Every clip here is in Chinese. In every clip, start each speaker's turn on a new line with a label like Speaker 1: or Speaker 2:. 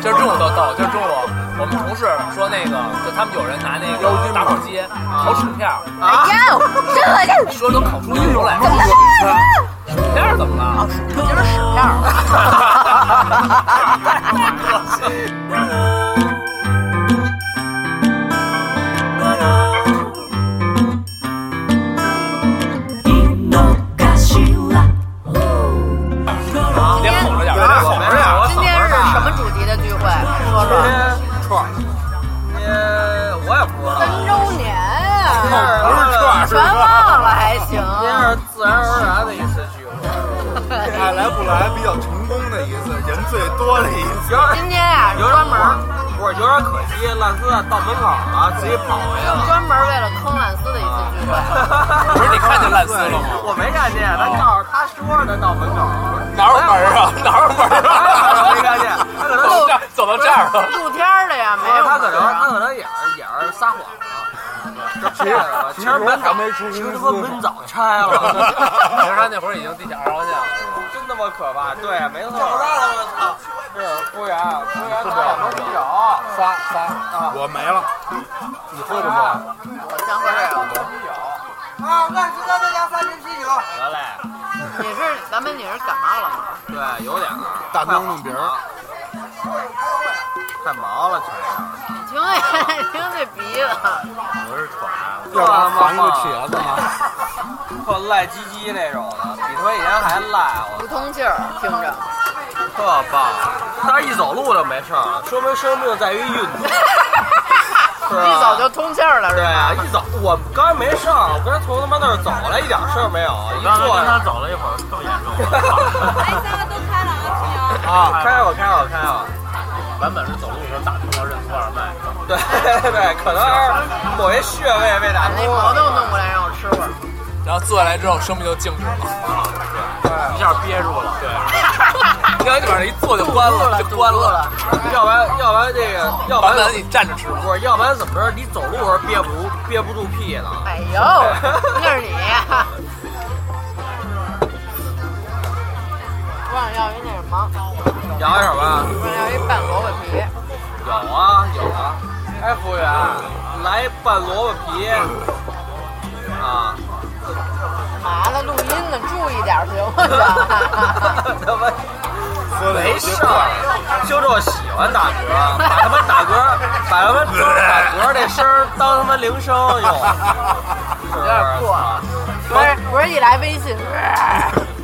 Speaker 1: 今儿中午都逗，今儿中午我们同事说那个，就他们有人拿那个打火机烤薯片儿，
Speaker 2: 哎呦，真恶心！
Speaker 1: 说能烤出油来。
Speaker 2: 怎么了？
Speaker 1: 薯片儿怎么了？
Speaker 2: 就是屎片儿。
Speaker 1: 别捧着点儿，别捧着点儿。
Speaker 2: 今天是什么主题的聚会？说
Speaker 3: 今
Speaker 2: 说。
Speaker 3: 天串儿，今天我也不知道，
Speaker 2: 三周年
Speaker 3: 今
Speaker 2: 呀，
Speaker 3: 天不是串儿，
Speaker 2: 全忘了还行。
Speaker 3: 今天是自然而然的一次聚会。
Speaker 4: 爱来不来比较成功的一次，人最多的一次。
Speaker 3: 有点
Speaker 2: 今天呀，
Speaker 3: 有点
Speaker 2: 专门
Speaker 3: 不是有点可惜，烂丝到门口了，自己跑回去了。
Speaker 2: 专门为了坑兰斯的一次聚会。
Speaker 1: 不 是你看见烂丝了吗？
Speaker 3: 我没看见，他告诉他说的到门口了，
Speaker 1: 哪有门儿啊？哪有门儿啊？
Speaker 3: 没看见，他可能
Speaker 1: 走到这儿走到这儿了。
Speaker 2: 露天儿的呀，没有。啊
Speaker 3: 他可能他可能也是也是撒谎了。啊其实其实门早其实他妈门早拆了，
Speaker 1: 你说他那会儿已经地下二号线了，是吧？
Speaker 3: 真他妈可怕。对，没错。找到了，我操！是服务员，服务员拿两瓶啤酒，仨仨啊，
Speaker 4: 我没了，
Speaker 3: 你喝不啊喝？
Speaker 2: 我想喝这个。
Speaker 5: 啊，万事达再加三瓶啤酒。
Speaker 3: 得嘞。
Speaker 2: 你是咱们你是感冒了吗？
Speaker 3: 对，有点儿
Speaker 4: 大灯笼饼儿，
Speaker 3: 太毛了，全是。
Speaker 2: 你听这 听这鼻子，
Speaker 4: 要不然防一个茄子吗？
Speaker 3: 特赖唧唧那种的，比他妈以前还赖，我
Speaker 2: 不通气儿，听 着。
Speaker 3: 特棒。但是一走路就没事儿了，说明生命在于运动。
Speaker 2: 一走就通气儿了是
Speaker 3: 对
Speaker 2: 吧？
Speaker 3: 啊，一走我刚才没事儿，我刚才从他妈那儿走了，一点事儿没有，一坐下。
Speaker 1: 走了一会儿，更严重
Speaker 6: 哎，三个都开了啊，亲
Speaker 3: 啊，开我开我开我。
Speaker 1: 版本是走路的时候打通了认错二脉，
Speaker 3: 对对，可能是某一穴位被打
Speaker 2: 把那
Speaker 3: 通
Speaker 2: 毛
Speaker 3: 了。
Speaker 2: 豆弄过来让我吃会儿。
Speaker 1: 然后坐下来之后生命就静止了，一下憋住了。对，刚里面一坐就关了，就关了。
Speaker 3: 要不然要不然这个，要不
Speaker 1: 版
Speaker 3: 然
Speaker 1: 本你站着吃吧。
Speaker 3: 不是，要不然怎么着？你走路时候憋不住憋不住屁呢？
Speaker 2: 哎呦，那是你。 我想要一那什么，
Speaker 3: 摇什么？
Speaker 2: 我想要一半萝卜皮。
Speaker 3: 有啊有啊，哎，服务员，来一半萝卜皮啊！
Speaker 2: 嘛呢？录音呢，注意点儿行不行？
Speaker 3: 他妈
Speaker 4: 说的
Speaker 3: 没
Speaker 4: 有
Speaker 3: 事
Speaker 4: 些
Speaker 3: 儿，就这喜欢打嗝，把他妈打嗝，把他妈打嗝这声儿当他妈铃声用，是不是？
Speaker 2: 不是不是，一来微信，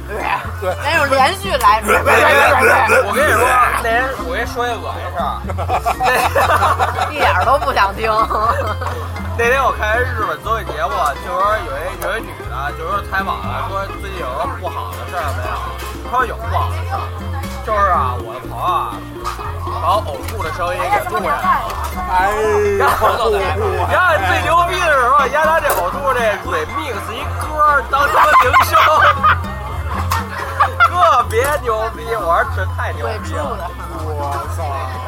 Speaker 2: 对，那种连续来，
Speaker 3: 我跟你说，那人我跟你说一恶心事儿，
Speaker 2: 一点儿都不想听。
Speaker 3: 那天我看日本综艺节目，就说有一有一女的，就说采访了，说最近有什么不好的事儿没有？她说有不好的事儿，就是啊，我的朋友啊，把我呕吐的声音给录下来了。
Speaker 4: 哎呀，
Speaker 3: 然后最牛逼的时候，丫他这呕吐这嘴 mix 一歌儿当他妈铃声，特别牛逼！我说这太牛
Speaker 2: 对，
Speaker 3: 逼
Speaker 2: 住
Speaker 3: 了，
Speaker 2: 的，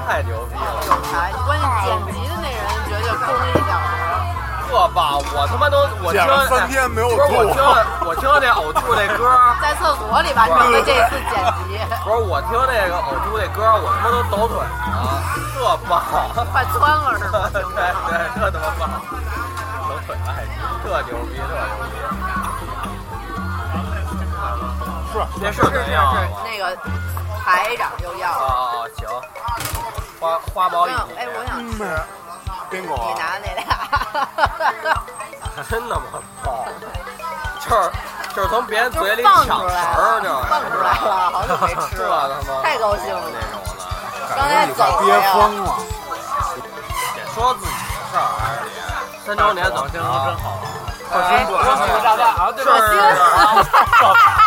Speaker 3: 太牛逼了！
Speaker 2: 哎关键剪辑的那人绝对坑一小时。
Speaker 3: 特棒！我他妈都我听
Speaker 4: 讲了三天没有
Speaker 3: 不是我
Speaker 4: 吐
Speaker 3: 听了我听那呕吐那歌儿，
Speaker 2: 在厕所里完成的这次剪辑，
Speaker 3: 不是我听那个呕吐那歌儿，我他妈都抖腿了，啊特 棒！
Speaker 2: 快窜了是吗？
Speaker 3: 对对，哎特他妈棒！抖腿了还是特牛逼，特牛逼！是这
Speaker 2: 是
Speaker 3: 事
Speaker 2: 是
Speaker 3: 怎样
Speaker 2: 是，那个台长又要了。
Speaker 3: 啊，行，花花
Speaker 2: 我
Speaker 3: 毛一
Speaker 2: 想，
Speaker 3: 体，
Speaker 2: 哎，我想吃
Speaker 4: 冰
Speaker 2: 你
Speaker 4: 果，
Speaker 2: 拿的那俩，
Speaker 3: 真的吗？哦，就是就是从别人
Speaker 2: 就
Speaker 3: 嘴里
Speaker 2: 放
Speaker 3: 抢
Speaker 2: 出
Speaker 3: 食
Speaker 2: 来
Speaker 3: 儿，这
Speaker 2: 了，
Speaker 3: 玩意
Speaker 2: 放
Speaker 3: 儿
Speaker 2: 出来了，好久没吃
Speaker 3: 这
Speaker 2: 了，
Speaker 3: 他妈
Speaker 2: 太高兴了
Speaker 3: 那。种的，
Speaker 2: 刚才走
Speaker 4: 快
Speaker 2: 了
Speaker 4: 憋
Speaker 2: 呀，
Speaker 4: 疯了。
Speaker 3: 也说自己的事儿，二姐，三周年怎么了？
Speaker 1: 好了，
Speaker 3: 哎
Speaker 1: 我举个炸弹啊！对
Speaker 3: 是啊，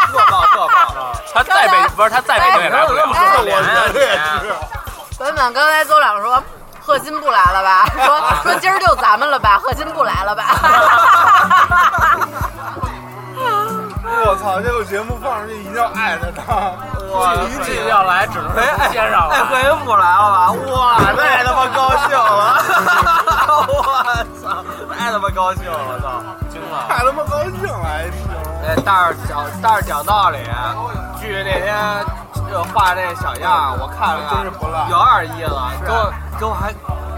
Speaker 3: 特棒特棒！
Speaker 1: 他再北不是他再北京也来不了。
Speaker 3: 我
Speaker 4: 我也是，
Speaker 2: 本本刚才邹朗说。贺鑫不来了吧？说说今儿就咱们了吧？贺鑫不来了吧？
Speaker 4: 我操！这个节目放上去一定要艾特他。
Speaker 3: 我
Speaker 1: 自己要来，只能是先上
Speaker 3: 哎，
Speaker 1: 了。
Speaker 3: 回不来了吧？哇，太他妈高兴了！我操，太他妈高兴了，操！
Speaker 4: 太他妈高兴了，还听。
Speaker 3: 哎，但是讲但是讲道理，据那天天就画这小样儿，我看了看，
Speaker 4: 真是不赖
Speaker 3: 有二一了，给我给我还，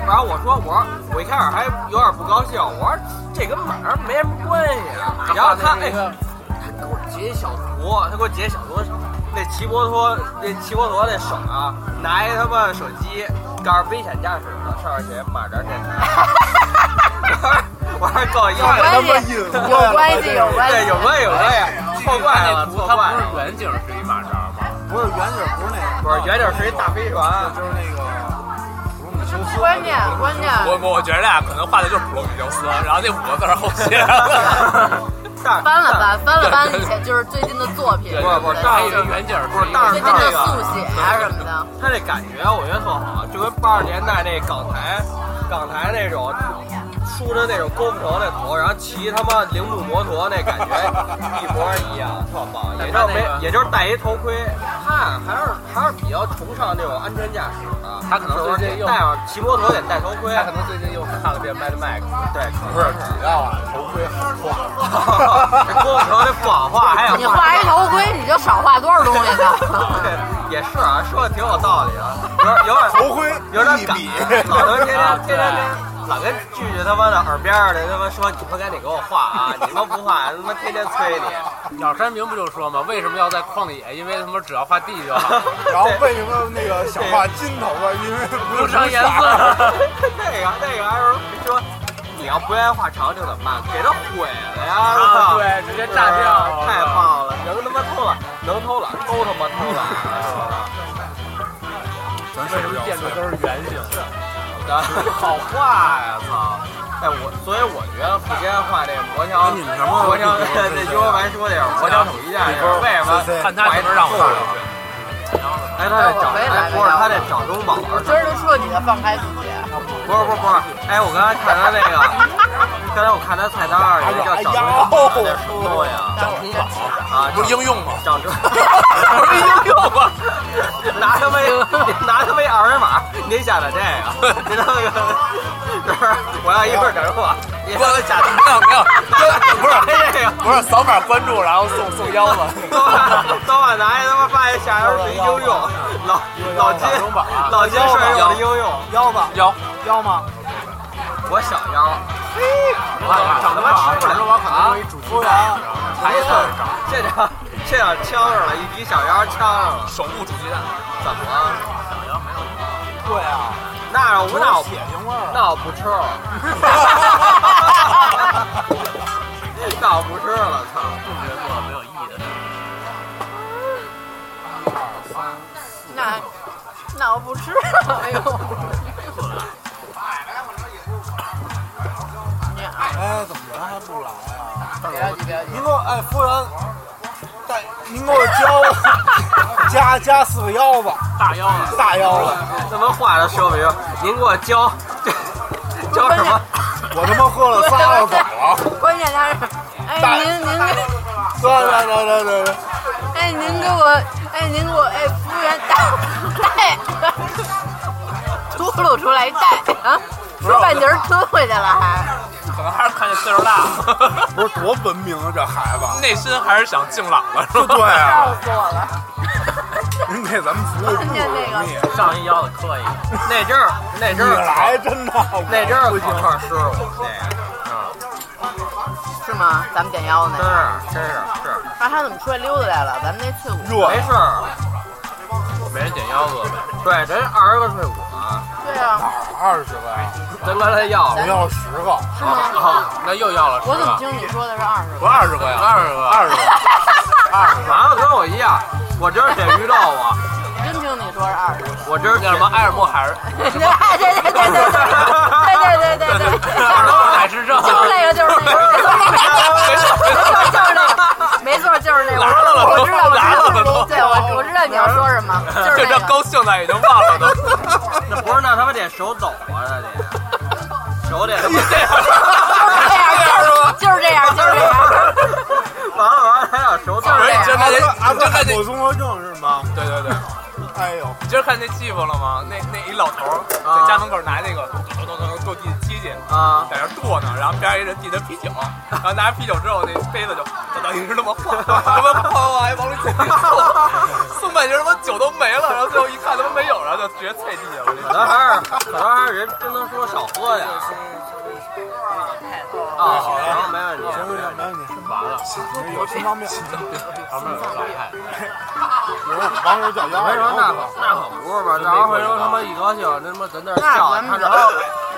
Speaker 3: 反正我说我说我一开始还有点不高兴，我说这跟本儿没什么关系啊。然后他哎，他给我截一小图，他给我截一小图，那骑摩托那骑摩托那手啊，拿一他妈手机，告诉危险驾驶的，上面写马扎电 台。我还够硬
Speaker 4: 太他
Speaker 3: 的，
Speaker 4: 妈
Speaker 2: 关
Speaker 4: 隐
Speaker 2: 系
Speaker 4: 晦了
Speaker 2: 有关系，有关
Speaker 3: 对，
Speaker 2: 系
Speaker 3: 有。关系有关系，错怪
Speaker 1: 那
Speaker 3: 了，
Speaker 1: 图
Speaker 3: 错
Speaker 1: 它
Speaker 3: 怪
Speaker 1: 不
Speaker 3: 了。
Speaker 1: 是远景是一马扎吗？
Speaker 4: 不是远景，不是那个，
Speaker 3: 不是远景是一大飞船
Speaker 4: 就是那个普罗米修斯。
Speaker 2: 关键关键，
Speaker 1: 我我我觉得啊，可能画的就是普罗米修斯，然后那五个字儿后写了。
Speaker 3: 但
Speaker 2: 翻了翻，翻了翻以前就是最近的作品什
Speaker 3: 不是
Speaker 2: 么
Speaker 3: 不是
Speaker 2: 的，
Speaker 1: 还以为远景儿
Speaker 3: 不是但
Speaker 2: 最
Speaker 3: 是
Speaker 2: 近的速写啊什么的。
Speaker 3: 他这感觉我觉得特好，就跟八十年代那港台港台那种梳着那种郭富城那头，然后骑他妈铃木摩托那感觉一模一样，特棒。也就是没，也就是戴一头盔，看还是还是比较崇尚这种安全驾驶的。
Speaker 1: 他可能
Speaker 3: 就是
Speaker 1: 最近
Speaker 3: 得
Speaker 1: 又
Speaker 3: 戴上骑摩托得戴头盔，
Speaker 1: 能最近又看了遍《Mad Max》。
Speaker 3: 对，
Speaker 1: 不是，主要啊，头盔好画。
Speaker 3: 这郭富城这不好 画，还想
Speaker 2: 你画一头盔，你就少画多少东西呢？
Speaker 3: 对， 也是啊，说的挺有道理啊，有点有点
Speaker 4: 头盔
Speaker 3: 有点赶
Speaker 4: 一比，
Speaker 3: 老能天天天天天老跟拒绝他妈的耳边儿的他妈说你不赶紧给我画啊，你他妈不画，他妈天天催你，
Speaker 1: 鸟山明不就说嘛，为什么要在旷野？因为他妈只要画地就 好，
Speaker 4: 然后为什么那个想画金头发？因为不
Speaker 1: 不
Speaker 4: 用
Speaker 1: 上颜
Speaker 4: 色儿。
Speaker 1: 色。
Speaker 3: 那个那个还说说你要不愿意画长就怎么办？给他毁了呀！
Speaker 1: 啊
Speaker 3: 操
Speaker 1: 对直接炸掉
Speaker 3: 太棒了，能他妈偷懒，能偷懒都他妈偷懒。
Speaker 4: 咱
Speaker 1: 为什么建筑都是圆形的？ 哎
Speaker 3: 的，好画呀，操！哎，我所以我觉得富坚画这魔枪，
Speaker 4: 你们什么
Speaker 3: 魔枪那幽游白说的也是魔枪统一战士，为什么？
Speaker 1: 看他能不能让我画上去。
Speaker 3: 哎，他得找，哎，不是他得找中宝
Speaker 2: 我今儿就彻底的放开自己。
Speaker 3: 不是不是不是，哎，我刚才看他那个，刚才我看他菜单儿有一个
Speaker 1: 哎
Speaker 3: 叫找中宝的书呀，
Speaker 1: 张红宝
Speaker 3: 啊，
Speaker 1: 不是应用吗？
Speaker 3: 找中，不是应用啊，拿他妈一拿他妈一二维码，您下载这个，您那个，我要一份整货，你
Speaker 1: 关了假没有没有， 不是
Speaker 3: 这个。
Speaker 1: 不是扫码关注，然后送送腰子。
Speaker 3: 早晚早晚拿一他妈发现下游是一应用，老老金老金是有的应用，
Speaker 4: 腰子
Speaker 1: 腰，
Speaker 4: 腰吗？
Speaker 3: 我小腰，
Speaker 1: 长
Speaker 3: 他妈吃不了啊！
Speaker 4: 服务员，
Speaker 3: 还有这两这两呛上了，一比小腰呛上了，
Speaker 1: 手握煮鸡蛋，
Speaker 3: 怎么了？
Speaker 4: 对啊，
Speaker 3: 那我那我
Speaker 4: 血腥味 儿了。
Speaker 3: 那我不吃了， 那我不吃了，操！
Speaker 2: 那那我不吃了，哎呦！你啊
Speaker 4: 哎，怎么人还不来啊？
Speaker 2: 不要急，不要急。
Speaker 4: 您给我哎，夫人，带您给我教 加加四个腰子，
Speaker 1: 大腰子。
Speaker 4: 大腰子。
Speaker 3: 他妈话都说明，您给我教教什么？
Speaker 4: 我他妈喝了仨了，走了。
Speaker 2: 关键他是，哎您您给，
Speaker 4: 对对对对对对。
Speaker 2: 哎您给我，哎您给我，哎服务员带带，秃噜出来带啊，说半截儿吞回去了还。
Speaker 1: 可能还是看见岁数大了，
Speaker 4: 不是多文明啊，这孩子。
Speaker 1: 内心还是想敬老了，是吧？
Speaker 4: 对啊，
Speaker 2: 死我了！
Speaker 4: 您给咱们服务不容易。
Speaker 3: 上一腰子磕一个，那阵儿那
Speaker 4: 你
Speaker 3: 阵儿
Speaker 4: 来真的，
Speaker 3: 那阵儿烤串师傅，那
Speaker 2: 是吗？咱们点腰呢
Speaker 3: 个真。是真是是，
Speaker 2: 那他怎么出来溜达来了？咱们那翠舞，
Speaker 4: 热啊
Speaker 3: 没事儿，
Speaker 1: 每人点腰子呗。
Speaker 3: 对，人二十个退伍啊，
Speaker 2: 对啊，
Speaker 4: 二十个，
Speaker 3: 咱管他要哦
Speaker 4: 我要十个，
Speaker 2: 是吗？
Speaker 1: 那又要了是
Speaker 2: 我怎么
Speaker 1: 吧？
Speaker 2: 听你说的是二十
Speaker 1: 不二十个呀，二十个，二 十个。
Speaker 3: 二十，完了跟我一样，我今儿铁鱼肉啊，
Speaker 2: 真听你说是二十。
Speaker 3: 我今儿
Speaker 1: 那什 么埃尔默海尔，
Speaker 2: 对对对对对对对对对对对
Speaker 1: 海市政，
Speaker 2: 就是那个，就是那个，没错，就是那个，没错，就是那个。我知道，我知道，对，我我知道你要说什 么，就是
Speaker 1: 这
Speaker 2: 那
Speaker 1: 这
Speaker 2: 个。
Speaker 1: 高兴的已经忘了都。
Speaker 3: 那不是那他妈得手抖啊，那得手得他妈
Speaker 1: 这样
Speaker 2: 就是这样，就是这样，就是这样。
Speaker 3: 完了完了还要手抖，
Speaker 1: 不是你今儿看
Speaker 4: 阿
Speaker 1: 那，你今
Speaker 4: 哥
Speaker 1: 儿看那，
Speaker 4: 我综合症是吗？
Speaker 1: 对对对，
Speaker 4: 哎呦，
Speaker 1: 你今儿看那气氛了吗？那那一老头儿在家门口拿那个咚咚咚咚跺地机器。
Speaker 3: 啊，
Speaker 1: 在那儿剁呢，然后边上一人递他啤酒，然后拿着啤酒之后，那杯子就噔噔一直那么晃，他妈晃啊，还往里送送送没了，然后最后一看他妈没有，然后就直接啐地下了。
Speaker 3: 可能还是可能还是人跟他说少喝点儿啊，行，没问题。
Speaker 4: 行行，没问题。完了，有心脏病，心脏病，他们有老太 有网友叫幺
Speaker 3: 没
Speaker 4: 二
Speaker 3: 说那
Speaker 4: 幺
Speaker 3: 可那可不是吧？到时候回头他妈一高兴，那他妈咱这儿
Speaker 2: 那
Speaker 3: 笑，
Speaker 2: 咱
Speaker 3: 他
Speaker 2: 们
Speaker 3: 然后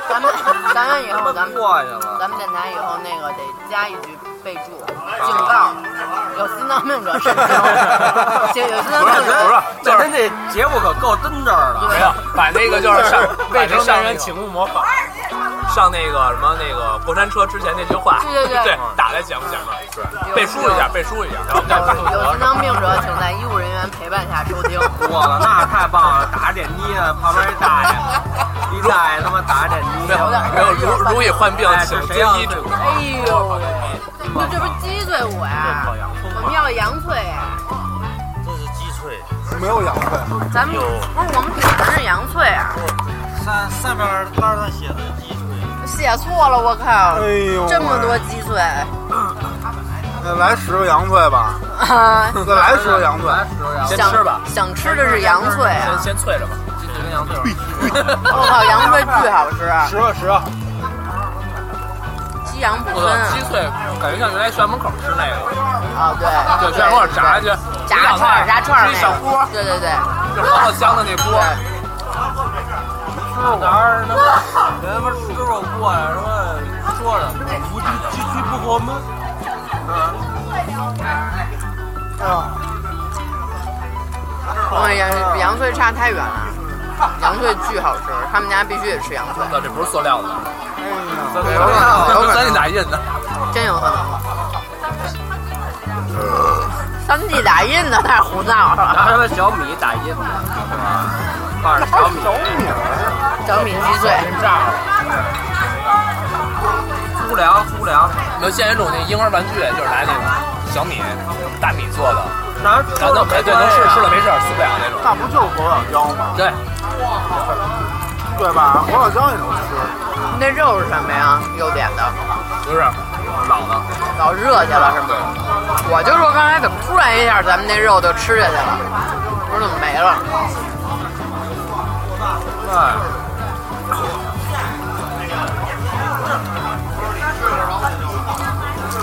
Speaker 2: 咱们咱们以后咱们
Speaker 3: 过去了。
Speaker 2: 咱们电台以后那个得加一句备注警告，有心脏病者 慎交，就有心脏病
Speaker 1: 不
Speaker 2: 者
Speaker 1: 是
Speaker 3: 那咱这节目可够真这儿的。
Speaker 1: 没有，把那个就是上，把那上那个
Speaker 7: 勿模仿。
Speaker 1: 上那个什么那个过山车之前那句话，
Speaker 2: 对对对
Speaker 1: 打在节目前面，对，背书一下，背书一下，然后再
Speaker 2: 有有心脏病者请在医务人员陪伴下收听。
Speaker 3: 我操，那太棒了！打着点滴呢，旁边一大爷，一大爷他妈打着点滴，
Speaker 1: 没有如如已患病，
Speaker 3: 哎
Speaker 1: 请
Speaker 3: 这谁
Speaker 1: 遵
Speaker 3: 要
Speaker 1: 医嘱。
Speaker 2: 哎呦喂，那这不是鸡腿骨呀？我们要洋脆呀，
Speaker 7: 这是鸡脆，
Speaker 4: 没有养分，
Speaker 2: 咱们不是我们点的是洋脆啊，
Speaker 7: 上上面道儿上写的鸡脆，
Speaker 2: 写错了，我靠
Speaker 4: 哎，呦，
Speaker 2: 这么多，鸡腿
Speaker 4: 那来十个羊腿 吧，
Speaker 2: 啊！
Speaker 4: 再来十个羊腿，
Speaker 3: 来十个羊腿，
Speaker 1: 先吃吧
Speaker 2: 想想吃的是洋脆
Speaker 1: 先
Speaker 2: 啊！
Speaker 1: 先脆着吧，
Speaker 3: 这跟羊腿儿。
Speaker 2: 我靠，洋脆啊巨好吃，
Speaker 4: 十个十个，
Speaker 2: 鸡羊不
Speaker 1: 我操，
Speaker 2: 分啊
Speaker 1: 鸡！脆感觉像原来学校门口吃那个，
Speaker 2: 啊，对，
Speaker 1: 对，学校门口炸去，
Speaker 2: 炸串儿，炸串儿
Speaker 1: 一
Speaker 2: 那
Speaker 1: 小锅
Speaker 2: 个，，对对对，
Speaker 1: 就是老老香的那锅，
Speaker 2: 对，
Speaker 3: 哪儿那么人们师傅过来说说了，不就继续不活吗？
Speaker 2: 哎呀，比洋脆差太远了，洋脆巨好吃，他们家必须得吃洋脆，
Speaker 1: 那这不是塑料的，
Speaker 4: 哎
Speaker 1: 对
Speaker 3: 啊
Speaker 1: 这三 D 打印的，
Speaker 2: 真有可能。三 D 打印的太胡闹啊
Speaker 3: 拿
Speaker 2: 了，
Speaker 3: 他妈小米打印的，放着小米，
Speaker 2: 小米鸡脆，
Speaker 3: 粗粮粗粮，
Speaker 1: 有现有一种那婴儿玩具，就是拿那个小米、大米做的，
Speaker 3: 咱
Speaker 1: 然后能哎对能试试了没事儿，撕不了那种。
Speaker 4: 那不就是火小椒吗？
Speaker 1: 对，
Speaker 4: 对吧？火小椒也能吃，
Speaker 2: 那肉是什么呀？有点的，
Speaker 1: 不是老的，
Speaker 2: 老热去了是吗？我就说刚才怎么突然一下咱们那肉就吃下去了，我说怎么没了？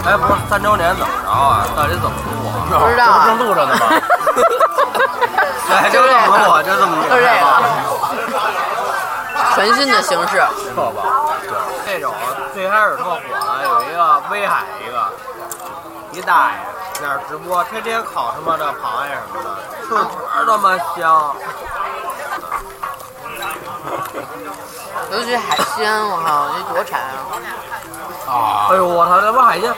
Speaker 3: 哎，不是三周年怎么着啊？到底怎么录啊？
Speaker 2: 不知道啊
Speaker 1: 这不正录着呢 吗？
Speaker 3: 哎，
Speaker 2: 就
Speaker 3: 就
Speaker 2: 这
Speaker 3: 这么录
Speaker 2: 个，
Speaker 3: 啊，就这么录。
Speaker 2: 就这个，全新的形式。
Speaker 3: 错吧？这种最开始特火的有一个啊威海一个，一大爷在那儿直播，天天烤他妈的螃蟹什么的，就吃他妈香。
Speaker 2: 尤其海鲜，我靠，这多馋啊！
Speaker 3: 哎呦我操，他妈海鲜，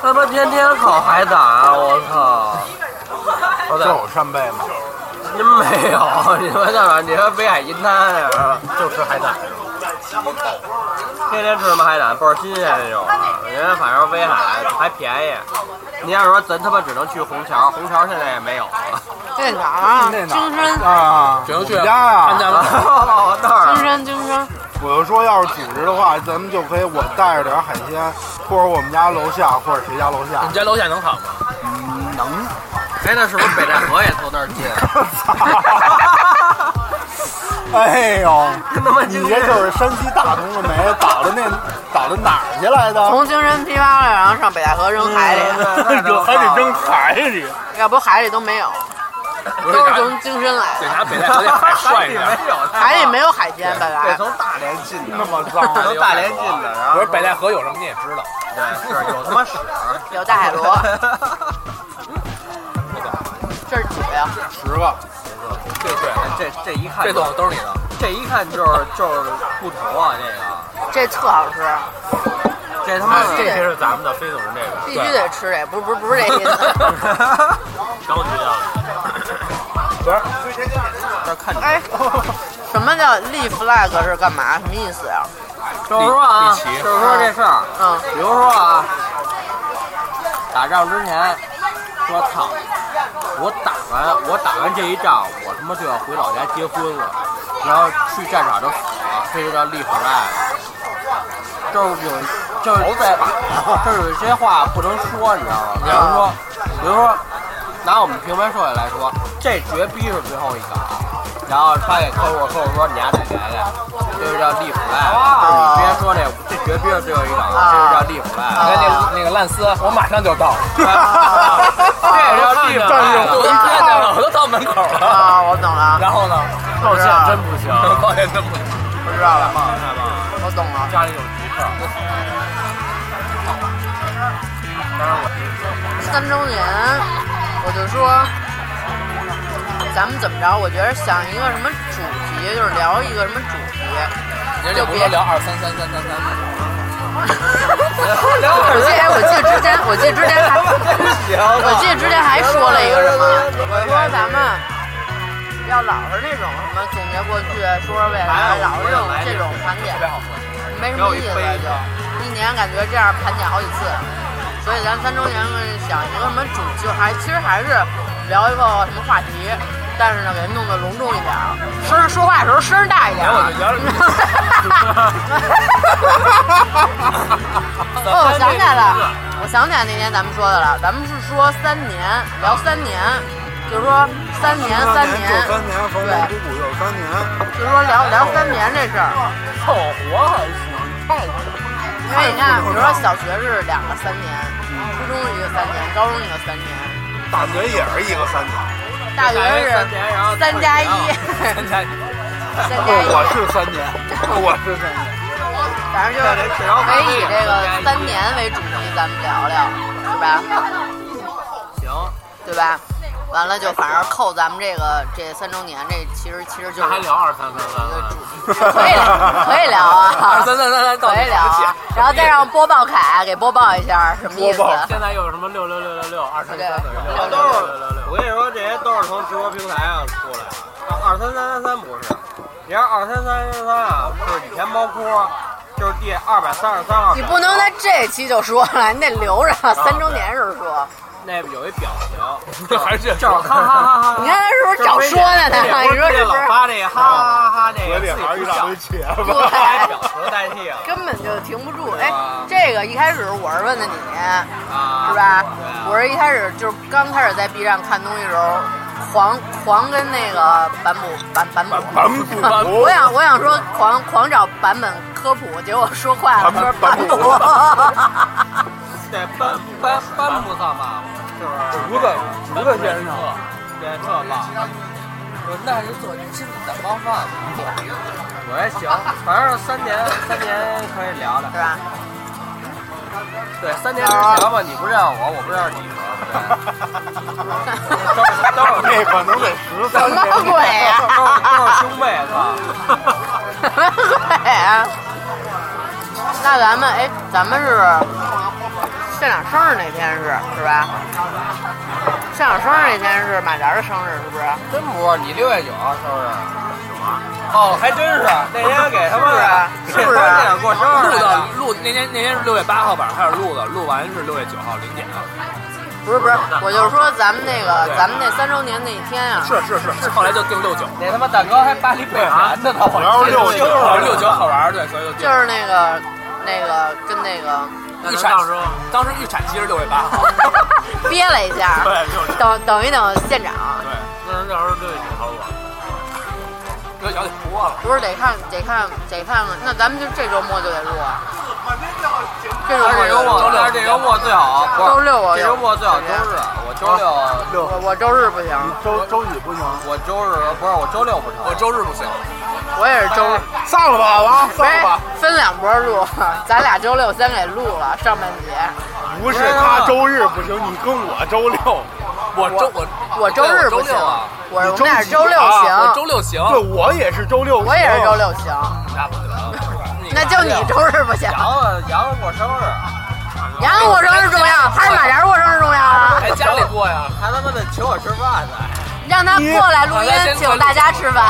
Speaker 3: 他妈天天烤海胆，我操！哦
Speaker 4: 这
Speaker 3: 对，
Speaker 4: 有扇贝吗？
Speaker 3: 您没有，你们干嘛？你说北海银滩那儿就吃海胆，天天吃什么海胆，倍儿新鲜那种。人家反正威海还便宜，你要说咱他妈只能去虹桥，虹桥现在也没有了。
Speaker 2: 这哪儿啊？
Speaker 1: 嗯
Speaker 4: 那
Speaker 2: 金
Speaker 4: 哪
Speaker 2: 山
Speaker 4: 儿，啊？
Speaker 1: 只能去
Speaker 4: 我们家呀
Speaker 1: 看。家门口。
Speaker 3: 哦，那
Speaker 2: 金
Speaker 3: 儿
Speaker 2: 山，金山，
Speaker 4: 我就说，要是组织的话，咱们就可以我带着点海鲜，或者我们家楼下，或者谁家楼下
Speaker 1: 你，家楼下能好吗？
Speaker 4: 能。
Speaker 3: 哎，那是不是北戴河也从那儿进？
Speaker 4: 哎呦，
Speaker 3: 他妈
Speaker 4: 你这就是山西大同了没？倒到那倒到哪儿去来的？
Speaker 2: 从金山批发了，然后上北戴河扔海里，
Speaker 3: 有还得扔海里，
Speaker 2: 要不海里都没有，
Speaker 1: 嗯不是
Speaker 2: 都是
Speaker 1: 拿
Speaker 2: 从金山来
Speaker 1: 得
Speaker 2: 的。
Speaker 1: 拿北戴河那海帅一点。
Speaker 3: 没有，
Speaker 2: 海里没有海鲜，本
Speaker 3: 对，
Speaker 2: 来
Speaker 3: 从大连进的，
Speaker 4: 那么脏，
Speaker 3: 从大连进的，然
Speaker 1: 我
Speaker 3: 后
Speaker 1: 说北戴河有什么你也知道，
Speaker 3: 对，是有他妈屎。
Speaker 2: 有大海螺，这是几个呀？
Speaker 4: 十个。
Speaker 1: 对对，
Speaker 3: 这这一看
Speaker 1: 这
Speaker 3: 就
Speaker 1: 栋都是你的。
Speaker 3: 这一看就是就是不同啊，
Speaker 2: 这
Speaker 3: 这
Speaker 2: 特好吃，
Speaker 3: 个哎这他妈
Speaker 2: 这
Speaker 3: 的
Speaker 2: 些
Speaker 7: 是咱们的，非总是这个。
Speaker 2: 必须得吃这，不是不是不是这意思。
Speaker 7: 高级啊！
Speaker 3: 这看你。
Speaker 2: 哎， 什么叫立 flag 是干嘛？什么意思呀？
Speaker 3: 就是说啊，就是说这事儿，
Speaker 2: 嗯，
Speaker 3: 比如说啊，打仗之前说操，我打完我打完这一仗，我他妈就要回老家结婚了，然后去战场就死了，这就叫立 flag。就是有，就是在，就是有些话不能说，你知道吗？比如说，比如说，拿我们平民社会来说，这绝逼是最后一岗。然后他给客户客户说你丫得来来，这就叫立腐败。就是你之前说那这绝逼是最后一啊岗，这就叫立腐败。
Speaker 1: 你看那那个烂丝，我马上就到了，
Speaker 3: 这也叫立腐败
Speaker 1: 我都看见了，我都到门口了。
Speaker 5: 啊，我懂了，
Speaker 1: 然后呢？
Speaker 5: 我
Speaker 2: 啊
Speaker 5: 知道了，
Speaker 7: 不行，
Speaker 1: 抱歉，真不
Speaker 5: 我知道了，我懂了。
Speaker 7: 家里有鸡翅。
Speaker 2: 三周年，我就说，咱们怎么着？我觉得想一个什么主题，就是聊一个什么主题，
Speaker 1: 人家不是说聊二三三三三三吗？
Speaker 2: 我记得，我记得之前，我记得之前还，我记得之前还说了一个什么，说咱们要老是那种什么总结过去，说说未来，老是这种这种盘点，没什么意思了，就一年感觉这样盘点好几次，所以咱三周年想一个什么主题，就还其实还是聊一个什么话题，但是呢给它弄得隆重一点儿，声儿说话的时候声儿大一点儿。哦，我想起来了，我想起来那天咱们说的了，咱们是说三年，聊三年，就是说三年，三年，
Speaker 4: 九三年，逢
Speaker 2: 对
Speaker 4: 古谷又三年，
Speaker 2: 就是说聊聊三年这事儿，
Speaker 1: 凑合还行，
Speaker 2: 因为你哎看，比如说小学是两个三年，初中是一个三年，高中一个三年，
Speaker 4: 大学也是一个三年。
Speaker 2: 大学是三加一，
Speaker 1: 参加
Speaker 2: 三 加一，
Speaker 4: 我是三年，我是三年。
Speaker 2: 反正就是可以以这个三年为主题，咱们聊聊，是吧？
Speaker 3: 行，
Speaker 2: 对吧？完了就反正扣咱们这个这三周年，这其实其实就是
Speaker 7: 还聊二三三三三。
Speaker 2: 可以聊，可以聊啊，
Speaker 1: 二三三三三到
Speaker 2: 可
Speaker 1: 底
Speaker 2: 以
Speaker 1: 怎
Speaker 2: 聊
Speaker 1: 么
Speaker 2: 啊
Speaker 1: 写？，
Speaker 2: 然后再让播报凯给播报一下什么意思？
Speaker 7: 现在又有什么六六六六六二三三等于六
Speaker 3: 这
Speaker 7: 六
Speaker 3: 都是
Speaker 7: 六六六
Speaker 3: 我跟你说，这些都是从直播平台上出来的。二三三三三不是，你看二三三三三啊，是以前猫哭，就是第二百三十三号。
Speaker 2: 你不能在这期就说了，你得留着
Speaker 3: 啊
Speaker 2: 三周年时候说。
Speaker 3: 那有一表情，
Speaker 1: 还是
Speaker 3: 就是哈哈哈哈。
Speaker 2: 你看他是不是找说呢？他你说
Speaker 3: 这
Speaker 2: 是
Speaker 3: 老
Speaker 2: 不是？
Speaker 3: 发这个哈哈哈哈这
Speaker 4: 嘴
Speaker 3: 个，
Speaker 4: 里还是一大堆茄子。
Speaker 3: 拿表
Speaker 2: 对，
Speaker 3: 情代替了
Speaker 2: 根本就停不住。哎，这个一开始我是问的你。
Speaker 3: 啊，
Speaker 2: 是吧？我是一开始就是刚开始在 B 站看东西的时候，狂狂跟那个版本版版本
Speaker 4: 版本版本
Speaker 2: 我想我想说狂狂找版本科普，结果说坏了，
Speaker 4: 版本
Speaker 2: 说是
Speaker 4: 版
Speaker 2: 本
Speaker 4: 本。
Speaker 3: 对啊？这班班班布萨嘛，是不是？
Speaker 4: 竹子，竹子先生，
Speaker 3: 这特棒，
Speaker 1: 我那是做吃的方饭，
Speaker 3: 我也行，反正三年三年可以聊 聊
Speaker 2: 是。 吧？
Speaker 3: 对，三年之前吧，你不认识我，我不认识你。
Speaker 4: 那
Speaker 3: 都是
Speaker 4: 可能得十
Speaker 2: 什
Speaker 4: 三
Speaker 2: 么
Speaker 4: 年。
Speaker 2: 鬼啊呀、
Speaker 3: 都是 都是兄妹子，
Speaker 2: 什么鬼啊？那咱们哎，咱们是县长生日那天是是吧？县长生日那天是马达的生日是不是？
Speaker 3: 真不是你六月九号生日。哦，还真是那天给他们
Speaker 2: 是不是
Speaker 1: 啊
Speaker 3: 那天过生
Speaker 1: 录
Speaker 3: 日来
Speaker 1: 到
Speaker 3: 着
Speaker 1: 录那天那天是六月八号晚上开始录的，录完是六月九号零点。
Speaker 2: 不是不是，我就是说咱们那个咱们那三周年那一天啊，
Speaker 1: 是是是，后来就定六九，
Speaker 3: 那他妈蛋糕还巴黎贝南的呢，我
Speaker 4: 然后六
Speaker 3: 记
Speaker 4: 九
Speaker 3: 得
Speaker 1: 好
Speaker 4: 号
Speaker 1: 像六九好玩儿，对，所以就定
Speaker 2: 就是那个那个跟那 个
Speaker 1: 预产
Speaker 7: 到时候，
Speaker 1: 当时预产期是六月八号，
Speaker 2: 憋了一下，
Speaker 1: 对，六月
Speaker 2: 等等一等县长，
Speaker 7: 那到时候六月九号我。
Speaker 1: 六九得播了，
Speaker 2: 不是得看得看得看看，那咱们就这周末就得录啊，这周
Speaker 3: 但
Speaker 2: 末
Speaker 3: 是
Speaker 2: 就得
Speaker 3: 这周
Speaker 2: 录
Speaker 3: 末，但是这周末最好，不是
Speaker 2: 啊周六我
Speaker 3: 啊这
Speaker 2: 有
Speaker 3: 周末最好周日，我周六
Speaker 4: 六，
Speaker 2: 我我周日不行，
Speaker 4: 周周几不行？
Speaker 3: 我周日不是我周六不成，
Speaker 1: 我周日不行，
Speaker 2: 我也是
Speaker 3: 啊
Speaker 2: 周日，
Speaker 4: 散了吧，完了
Speaker 2: 不是
Speaker 4: 散了吧。
Speaker 2: 哎分两波录， 咱俩周六先给录了上半节，
Speaker 4: 不是他周日不行，你跟我周六，
Speaker 1: 我周我
Speaker 2: 我周日不
Speaker 1: 周
Speaker 2: 行
Speaker 1: 六啊，
Speaker 2: 我我
Speaker 4: 你周
Speaker 2: 们俩是周六
Speaker 4: 几啊啊
Speaker 1: 我
Speaker 2: 行，
Speaker 1: 周六行，
Speaker 4: 对我也是周六，
Speaker 2: 我也是周，六行，那就你周日不行。
Speaker 3: 哎杨子杨子过生日，
Speaker 2: 杨过生日重要还是马良过生日重要啊？
Speaker 1: 在家里过呀。
Speaker 3: 还他妈的请我吃饭呢，
Speaker 2: 让他过来录音，请大家吃饭。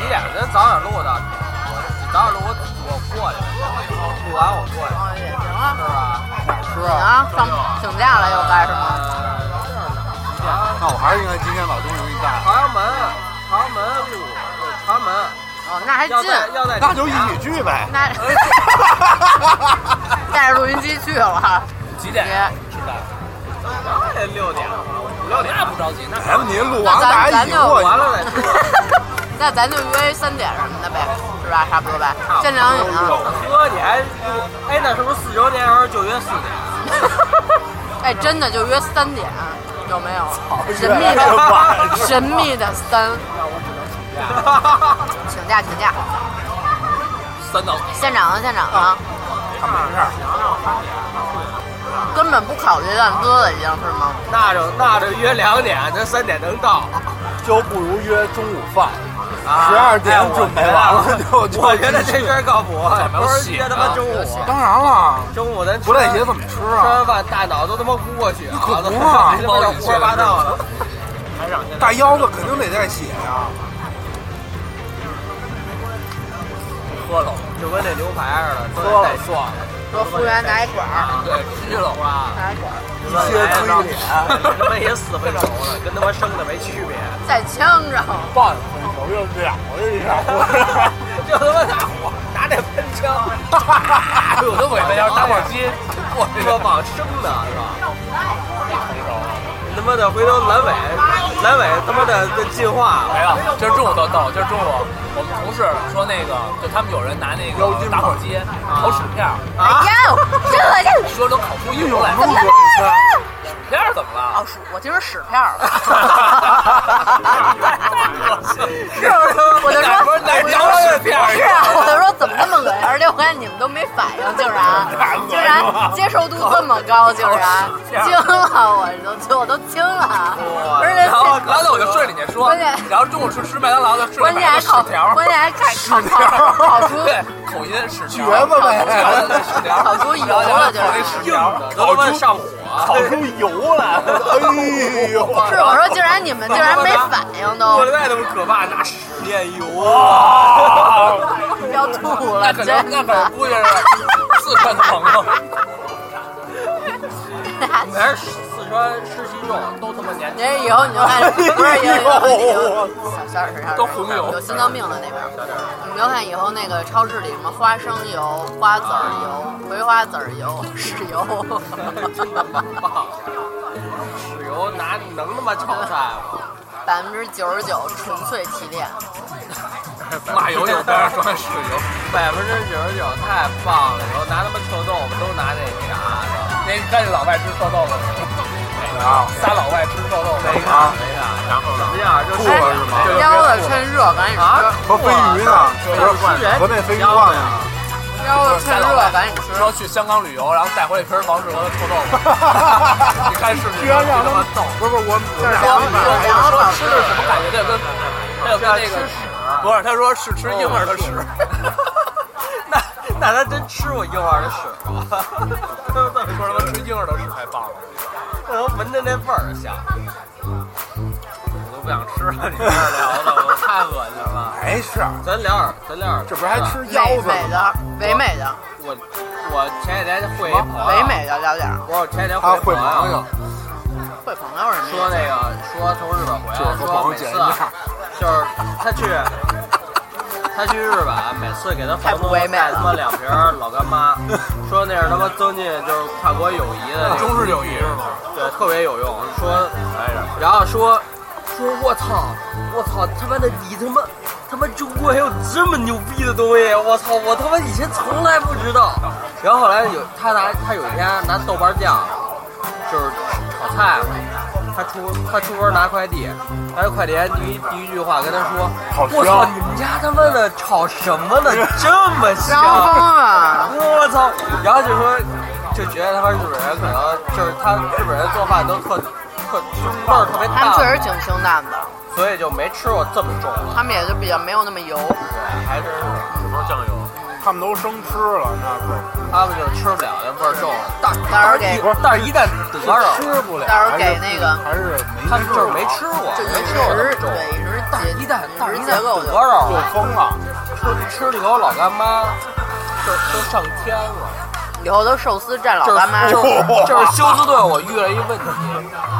Speaker 3: 几点？咱早点录的，我早点录我我过去，录完我过去，
Speaker 2: 也行啊，
Speaker 3: 是吧？
Speaker 2: 行啊，上请假了又干什么？
Speaker 3: 呃
Speaker 4: 那我还是应该今天老钟给你啊带，
Speaker 3: 朝阳门，朝阳门录，朝阳门
Speaker 2: 哦，那还
Speaker 3: 要在
Speaker 2: 近，
Speaker 3: 要在
Speaker 4: 那就一起去呗。
Speaker 2: 那带着录音机去了。
Speaker 1: 几点？
Speaker 2: 你
Speaker 3: 哎那得六点了，我六点
Speaker 1: 那不着急，那
Speaker 4: 咱们您哎录
Speaker 2: 那
Speaker 4: 完
Speaker 2: 咱
Speaker 4: 大家
Speaker 2: 咱
Speaker 4: 一
Speaker 2: 就
Speaker 4: 起过去。
Speaker 3: 完了 再说。
Speaker 2: 那咱就约三点什么的呗，是吧？差不多吧。这两点呢？
Speaker 3: 喝你还，哎，那是不是四周年时候就约四点？
Speaker 2: 哎，真的就约三点，有没有？神秘
Speaker 4: 晚
Speaker 2: 的
Speaker 4: 上
Speaker 2: 神秘的三，请假请假。
Speaker 1: 三到
Speaker 2: 县长啊，县长啊，根本不考虑让哥了，已经是吗？
Speaker 3: 那就那就约两点，咱三点能到。
Speaker 4: 就不如约中午饭，
Speaker 3: 啊
Speaker 4: 十二点准备完了
Speaker 3: 哎
Speaker 4: 就
Speaker 3: 我
Speaker 4: 就
Speaker 3: 我觉得这事儿靠谱，
Speaker 1: 么
Speaker 3: 不是
Speaker 1: 写
Speaker 3: 约他
Speaker 1: 啊
Speaker 3: 妈中午，
Speaker 4: 当然了，
Speaker 3: 中午咱吃
Speaker 4: 不带鞋怎么吃
Speaker 3: 吃
Speaker 4: 啊？
Speaker 3: 完饭大脑都他妈糊过去，啊
Speaker 4: 可
Speaker 3: 脑子
Speaker 4: 不 嘛
Speaker 3: 他妈胡说八道了。
Speaker 4: 大腰子肯定得带血啊呀、
Speaker 1: 喝了，
Speaker 3: 就跟那牛排似的，
Speaker 4: 喝了
Speaker 3: 算了，
Speaker 2: 说服务员拿一管儿，
Speaker 1: 对，吃了哇，
Speaker 2: 拿一管儿，
Speaker 4: 一切自一脸，
Speaker 3: 他妈也死灰头了，跟他妈生的没区别，
Speaker 2: 再呛着。
Speaker 4: 半分头就秒了一下。
Speaker 3: 就他妈拿火拿那喷枪，
Speaker 1: 哎呦，那尾巴要是打火机，我这
Speaker 3: 说
Speaker 1: 个
Speaker 3: 往生的是吧？他妈的，回头阑尾，阑尾他妈的进化了，
Speaker 1: 哎呀，今儿中午倒到，今儿中午我们同事说那个，就他们有人拿那个打火机烤薯片儿，
Speaker 2: 哎 呦，这个
Speaker 1: 说能烤出油来，
Speaker 2: 怎
Speaker 1: 薯
Speaker 2: 么办啊？
Speaker 1: 片儿怎么了？。
Speaker 2: 哦，是 我今儿屎片儿了 是哦我我就说，
Speaker 1: 不是哪
Speaker 2: 我就
Speaker 1: 聊
Speaker 2: 说
Speaker 1: 屎片儿
Speaker 2: 是啊，我就说怎么那么恶心，而且我看你们都没反应，竟 然竟然接受度这么高，竟然惊了，我都我都惊了，而且
Speaker 1: 然后刚才我就顺着你说
Speaker 2: 关键，
Speaker 1: 然后中午吃吃麦当劳的，顺
Speaker 2: 关
Speaker 1: 便
Speaker 2: 键
Speaker 1: 买
Speaker 2: 还
Speaker 1: 个
Speaker 2: 烤
Speaker 1: 薯条，
Speaker 2: 关键还烤烤烤烤出
Speaker 1: 对，口音是
Speaker 4: 瘸子呗，
Speaker 1: 薯条，
Speaker 2: 烤出油了，就
Speaker 1: 烤那
Speaker 2: 是。
Speaker 1: 薯
Speaker 3: 硬
Speaker 1: 条，
Speaker 3: 的都他妈上火，
Speaker 4: 烤出油来了。哎呦，
Speaker 2: 是我说，竟然你们竟然没反应都
Speaker 3: 我再他妈可怕，拿屎炼油，
Speaker 2: 要吐
Speaker 1: 那
Speaker 2: 了，
Speaker 1: 可能
Speaker 2: 真
Speaker 1: 那可能
Speaker 2: 的。
Speaker 1: 估计是四川的朋友，
Speaker 3: 还是四川湿气重，都他妈年轻。
Speaker 2: 你这以后你就看，不是以后你就小小点声，
Speaker 1: 都红油
Speaker 2: 有心脏病了那边。你们就看以后那个超市里什么花生油、瓜子儿油、葵花籽儿油、豉油，
Speaker 3: 豉油拿能他妈炒菜吗？
Speaker 2: 百分之九十九纯粹提炼。
Speaker 1: 马油有边上是油，
Speaker 3: 百分之九十九太棒了，以后拿他妈臭豆腐都拿那啥的，
Speaker 1: 那看见老外吃臭豆腐了
Speaker 4: 啊
Speaker 1: 吗，仨老外吃臭豆
Speaker 3: 没
Speaker 1: 腐，
Speaker 3: 啥没啥，然后怎么样？就
Speaker 4: 吐了是吗
Speaker 3: 就
Speaker 2: 腰子趁热赶紧
Speaker 3: 啊
Speaker 2: 吃，，
Speaker 4: 和鲱鱼呢？不是和那鲱鱼罐呢？
Speaker 2: 腰子趁热赶紧吃。
Speaker 1: 说去香港旅游，然后带回来一瓶王致和的臭豆 腐，你看是不是？
Speaker 4: 居然让他们
Speaker 1: 逗。
Speaker 4: 不是我们俩
Speaker 1: 然后你说我说吃的什么感觉？他跟他有跟那个不是，他说是吃婴儿的屎。
Speaker 3: 那 那他真吃我婴儿的屎吗？ 都这么
Speaker 1: 说他妈吃婴儿的屎太棒了，
Speaker 3: 可能闻着那味儿香。我都不想吃了，你这聊的我太恶心了。
Speaker 4: 没事儿，
Speaker 3: 咱聊点儿，咱聊点儿，
Speaker 4: 这不是还吃腰
Speaker 2: 美
Speaker 4: 子
Speaker 2: 美
Speaker 4: 呢？
Speaker 2: 的，唯美的，
Speaker 3: 我我前几天会一朋友，
Speaker 2: 唯美的，聊点儿
Speaker 3: 我前几天
Speaker 4: 他
Speaker 3: 会
Speaker 4: 会朋友，
Speaker 2: 会朋友什么
Speaker 3: 说
Speaker 2: 的。
Speaker 3: 那个说从日本回
Speaker 4: 就是
Speaker 3: 来，
Speaker 4: 和朋
Speaker 3: 说
Speaker 4: 友
Speaker 3: 每
Speaker 4: 见
Speaker 3: 次
Speaker 4: 一面。
Speaker 3: 就是他去他去日本，每次给他
Speaker 2: 太
Speaker 3: 房
Speaker 2: 不
Speaker 3: 东
Speaker 2: 唯美
Speaker 3: 带他妈
Speaker 2: 了
Speaker 3: 两瓶儿老干妈，说那是他妈增进就是跨国友谊的那种，
Speaker 1: 中日友谊是吗？
Speaker 3: 对，特别有用。说，然后说说我操我操他妈的你他妈他妈中国还有这么牛逼的东西，我操我他妈以前从来不知道。然后后来有他拿他有一天拿豆瓣酱就是炒菜嘛。他出他出门拿快递，他说快递员第一第一句话跟他说：“
Speaker 4: 好吃啊
Speaker 3: 我操，你们家他妈的炒什么呢？这么
Speaker 2: 张峰
Speaker 3: 香！
Speaker 2: 啊，
Speaker 3: 我操！”然后就说，就觉得他们日本人可能就是他日本人做饭都特特味儿特别
Speaker 2: 他们确
Speaker 3: 大，
Speaker 2: 实挺清淡的，
Speaker 3: 所以就没吃过这么重的。
Speaker 2: 他们也就比较没有那么油。
Speaker 3: 还真是，
Speaker 7: 什么酱油？
Speaker 4: 他们都生吃了，那不
Speaker 3: 他们就吃不了那味儿重的，但
Speaker 2: 到时候
Speaker 3: 但
Speaker 2: 给
Speaker 3: 是不是，但是一旦得着，
Speaker 4: 吃不了，
Speaker 2: 到时候
Speaker 4: 还
Speaker 2: 给
Speaker 4: 是
Speaker 2: 那个
Speaker 4: 还是没
Speaker 3: 他们就是没吃过，
Speaker 2: 就饮
Speaker 3: 没
Speaker 2: 食
Speaker 3: 吃过那么重。
Speaker 2: 对饮食结
Speaker 3: 一旦但是
Speaker 2: 饮
Speaker 3: 一
Speaker 2: 食
Speaker 3: 旦
Speaker 2: 结构
Speaker 3: 得
Speaker 2: 就
Speaker 3: 着了
Speaker 4: 就，疯了。
Speaker 3: 吃吃了以后老干妈就都上天了。
Speaker 2: 以后都寿司蘸老
Speaker 3: 就是
Speaker 2: 干妈，
Speaker 3: 就是
Speaker 4: 哇
Speaker 3: 就是休斯顿，我遇了一问题，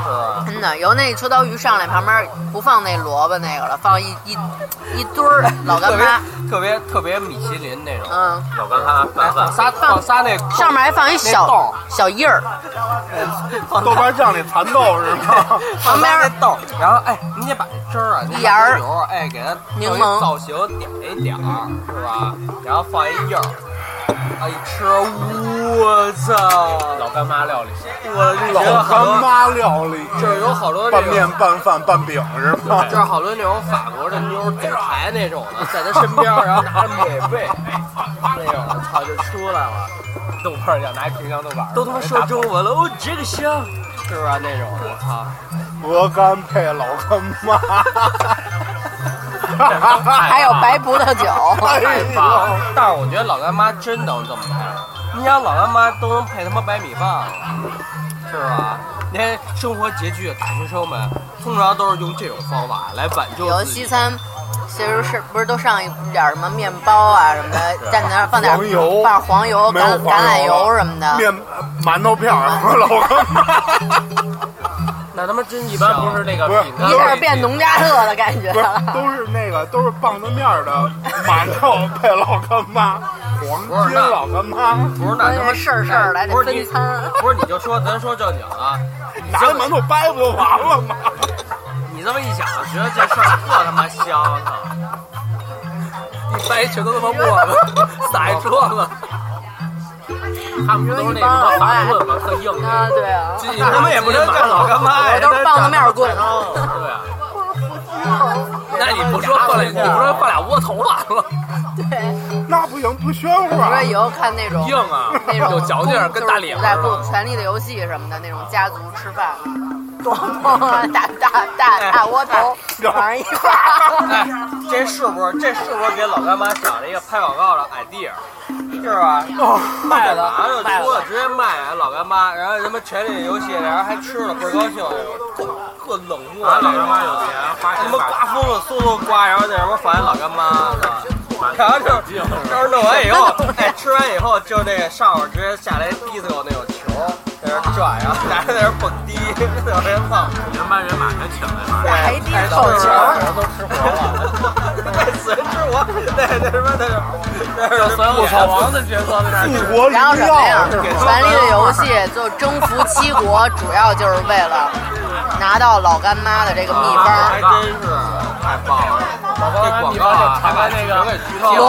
Speaker 3: 是吧？
Speaker 2: 真的，由那秋刀鱼上来，旁边不放那萝卜那个了，放一一一堆儿老干
Speaker 3: 特
Speaker 2: 妈，
Speaker 3: 别特别特别米其林那种，哎
Speaker 2: 嗯，
Speaker 7: 老干妈拌饭
Speaker 3: 放，仨放仨那扣
Speaker 2: 上面还放一
Speaker 3: 那豆
Speaker 2: 小
Speaker 3: 儿
Speaker 2: 小叶儿，
Speaker 3: 放
Speaker 4: 豆瓣酱里蚕豆是 吗？
Speaker 3: 旁边那豆儿，然后哎，你得把这汁儿啊，
Speaker 2: 一芽儿
Speaker 3: 牛啊，哎，给它弄一
Speaker 2: 柠檬
Speaker 3: 造型点一点儿，是吧？然后放一叶儿，哎，吃，我操！
Speaker 7: 老干妈料理，
Speaker 3: 我就觉得
Speaker 4: 老
Speaker 3: 好
Speaker 4: 干
Speaker 3: 多，
Speaker 4: 妈料理，
Speaker 3: 就是有好多这
Speaker 4: 拌面
Speaker 3: 种，
Speaker 4: 拌饭拌饼是吗？
Speaker 3: 就是好多那种法国的妞儿走台那种的，在他身边儿，然后拿着美味，那种，操，就出来了，
Speaker 7: 豆瓣儿酱拿一平常豆瓣儿，
Speaker 3: 都他妈说中文了，哦，这个香，是吧？那种的，操。
Speaker 4: 鹅肝配老干妈，
Speaker 2: 还有白葡萄酒，
Speaker 4: 哎呦，
Speaker 3: 但是我觉得老干妈真能这么配，你想老干妈都能配他妈白米饭了，是吧？你看生活拮据的大学生们，通常都是用这种方法来挽救
Speaker 2: 有的
Speaker 3: 自
Speaker 2: 西
Speaker 3: 己。
Speaker 2: 餐。其实是不是都上一点儿什么面包啊什么的，蘸点儿放点儿
Speaker 4: 黄油
Speaker 2: 放点儿黄油、
Speaker 4: 没有
Speaker 2: 橄橄
Speaker 4: 黄
Speaker 2: 榄
Speaker 4: 油
Speaker 2: 油
Speaker 4: 了
Speaker 2: 什么的，
Speaker 4: 面馒头片儿和老干 妈，
Speaker 7: 那他妈真一般不是那个
Speaker 4: 不是
Speaker 7: 饼
Speaker 4: 都
Speaker 7: 干
Speaker 2: 一下变农家乐的感觉
Speaker 4: 不是
Speaker 2: 了。
Speaker 4: 都是那个都是棒子面儿的馒头配老干妈，黄金老干妈，
Speaker 3: 不是 那他妈
Speaker 2: 事儿事儿来得
Speaker 3: 不是你
Speaker 2: 分餐，
Speaker 3: 不是你就说咱说正经啊，你
Speaker 4: 拿
Speaker 3: 这
Speaker 4: 着
Speaker 3: 么
Speaker 4: 馒头掰不就完了吗？
Speaker 3: 你这么一想，觉得这事儿特他妈香 啊！
Speaker 1: 一掰全都他妈沫子，撒一桌子。
Speaker 7: 他们都是那什么法棍嘛，特硬的。
Speaker 2: 啊，对啊，
Speaker 1: 进去
Speaker 3: 他们也不能干老干妈呀，
Speaker 2: 我都是棒子面棍
Speaker 7: 对啊，
Speaker 1: 那你不说放俩，你不说放俩窝头完了，
Speaker 2: 对。
Speaker 4: 那不行，不炫乎
Speaker 2: 不
Speaker 4: 啊
Speaker 2: 是！以后看那种
Speaker 1: 硬啊，
Speaker 2: 那种
Speaker 1: 有嚼劲儿，
Speaker 2: 就是
Speaker 1: 跟大脸
Speaker 2: 古
Speaker 1: 似
Speaker 2: 代不
Speaker 1: 的。
Speaker 2: 权力的游戏什么的那种家族吃饭，咣咣大大大大窝头往上一
Speaker 3: 哎
Speaker 2: 放，，
Speaker 3: 这是不是这是不是给老干妈想了一个拍广告的 idea？是吧？卖了，然后就出了，直接卖老干妈，然后他妈权力游戏，俩人还吃了，倍儿高兴，特冷漠。
Speaker 7: 咱老干妈有钱，花
Speaker 3: 他
Speaker 7: 钱
Speaker 3: 妈刮风了，嗖嗖刮，然后那什么反映老干妈的，然后就是就是弄完以后，哎，吃完以后就那个上面直接下来 disco 那种球，在那转，然后俩人在那蹦迪，特别棒。
Speaker 7: 人班人马全请来了。
Speaker 2: 打
Speaker 3: 哎
Speaker 2: 一滴口球，
Speaker 3: 都吃活了，对，死人吃活，对，那什么那种，那是
Speaker 1: 吐槽王的角色在那
Speaker 4: 复活
Speaker 2: 然后
Speaker 4: 灵
Speaker 2: 什么呀
Speaker 4: 药？是吗？
Speaker 2: 权力的游戏就征服七国，主要就是为了拿到老干妈的这个秘
Speaker 3: 还
Speaker 2: 方。
Speaker 3: 真是太棒了。这广告啊，还把那个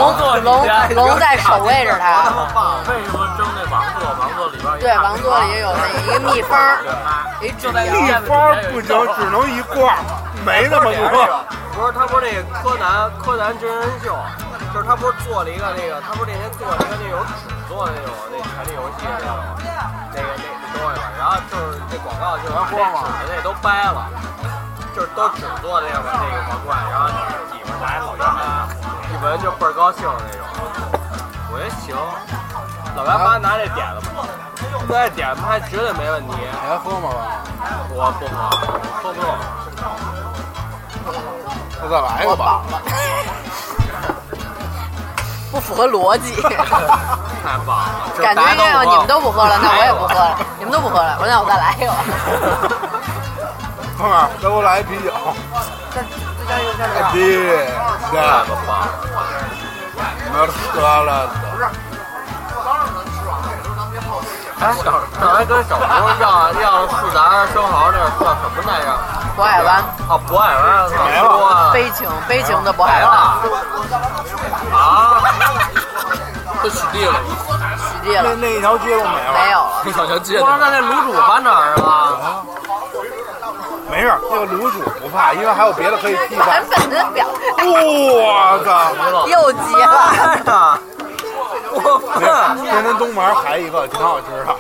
Speaker 2: 龙龙龙在守卫着
Speaker 3: 他
Speaker 2: 他，
Speaker 3: 妈 棒！
Speaker 7: 为什么争那王座？王座里边儿
Speaker 2: 对，王座里有那一个秘方，哎一指
Speaker 7: 在
Speaker 2: 标
Speaker 7: 那。
Speaker 4: 啊一包不行，只能一罐儿，没那么多。
Speaker 3: 不是他不是那个柯南柯南真人秀，啊就是他不是做了一个那个，他不是那天做了一个那种纸做的那种那权力游戏那种那个那东西嘛，然后就是那广告就是把那纸的那都掰了，就是都纸做的那个那个皇冠，然后里面拿一老干妈，啊一闻就倍儿高兴的那种。我觉得行，老干妈拿这点子吧，拿这点子他绝对没问题。
Speaker 4: 还喝吗？
Speaker 3: 我不喝，喝不动。
Speaker 4: 那再来一个吧。
Speaker 2: 不符合逻辑，
Speaker 3: 太棒了！
Speaker 2: 感觉应该要你们都不喝了，那我也不喝
Speaker 3: 了。
Speaker 2: 了，你们都不喝了，我那我再来一个吧。
Speaker 4: 哥们儿，再给我来一啤酒。哎爹，下个吧。那喝了的，
Speaker 3: 哎，上回跟小胡要要树达生蚝那叫什么来着？
Speaker 2: 渤海湾
Speaker 3: 啊，渤海湾
Speaker 4: 没了
Speaker 2: 悲情，悲情的渤
Speaker 3: 没
Speaker 2: 海湾，
Speaker 3: 了啊！
Speaker 1: 都取缔了，
Speaker 2: 洗地
Speaker 4: 那
Speaker 2: 了，
Speaker 4: 那一条街都没了。
Speaker 2: 没有了。
Speaker 1: 不小心借
Speaker 3: 不是那那卤煮翻哪儿了？
Speaker 4: 没事儿，这个卤煮不怕，因为还有别的可以替代
Speaker 2: 版。本的表
Speaker 4: 我操！
Speaker 2: 又急了，
Speaker 3: 呀！我
Speaker 4: 那
Speaker 3: 操！
Speaker 4: 天津东门还一个挺好吃的，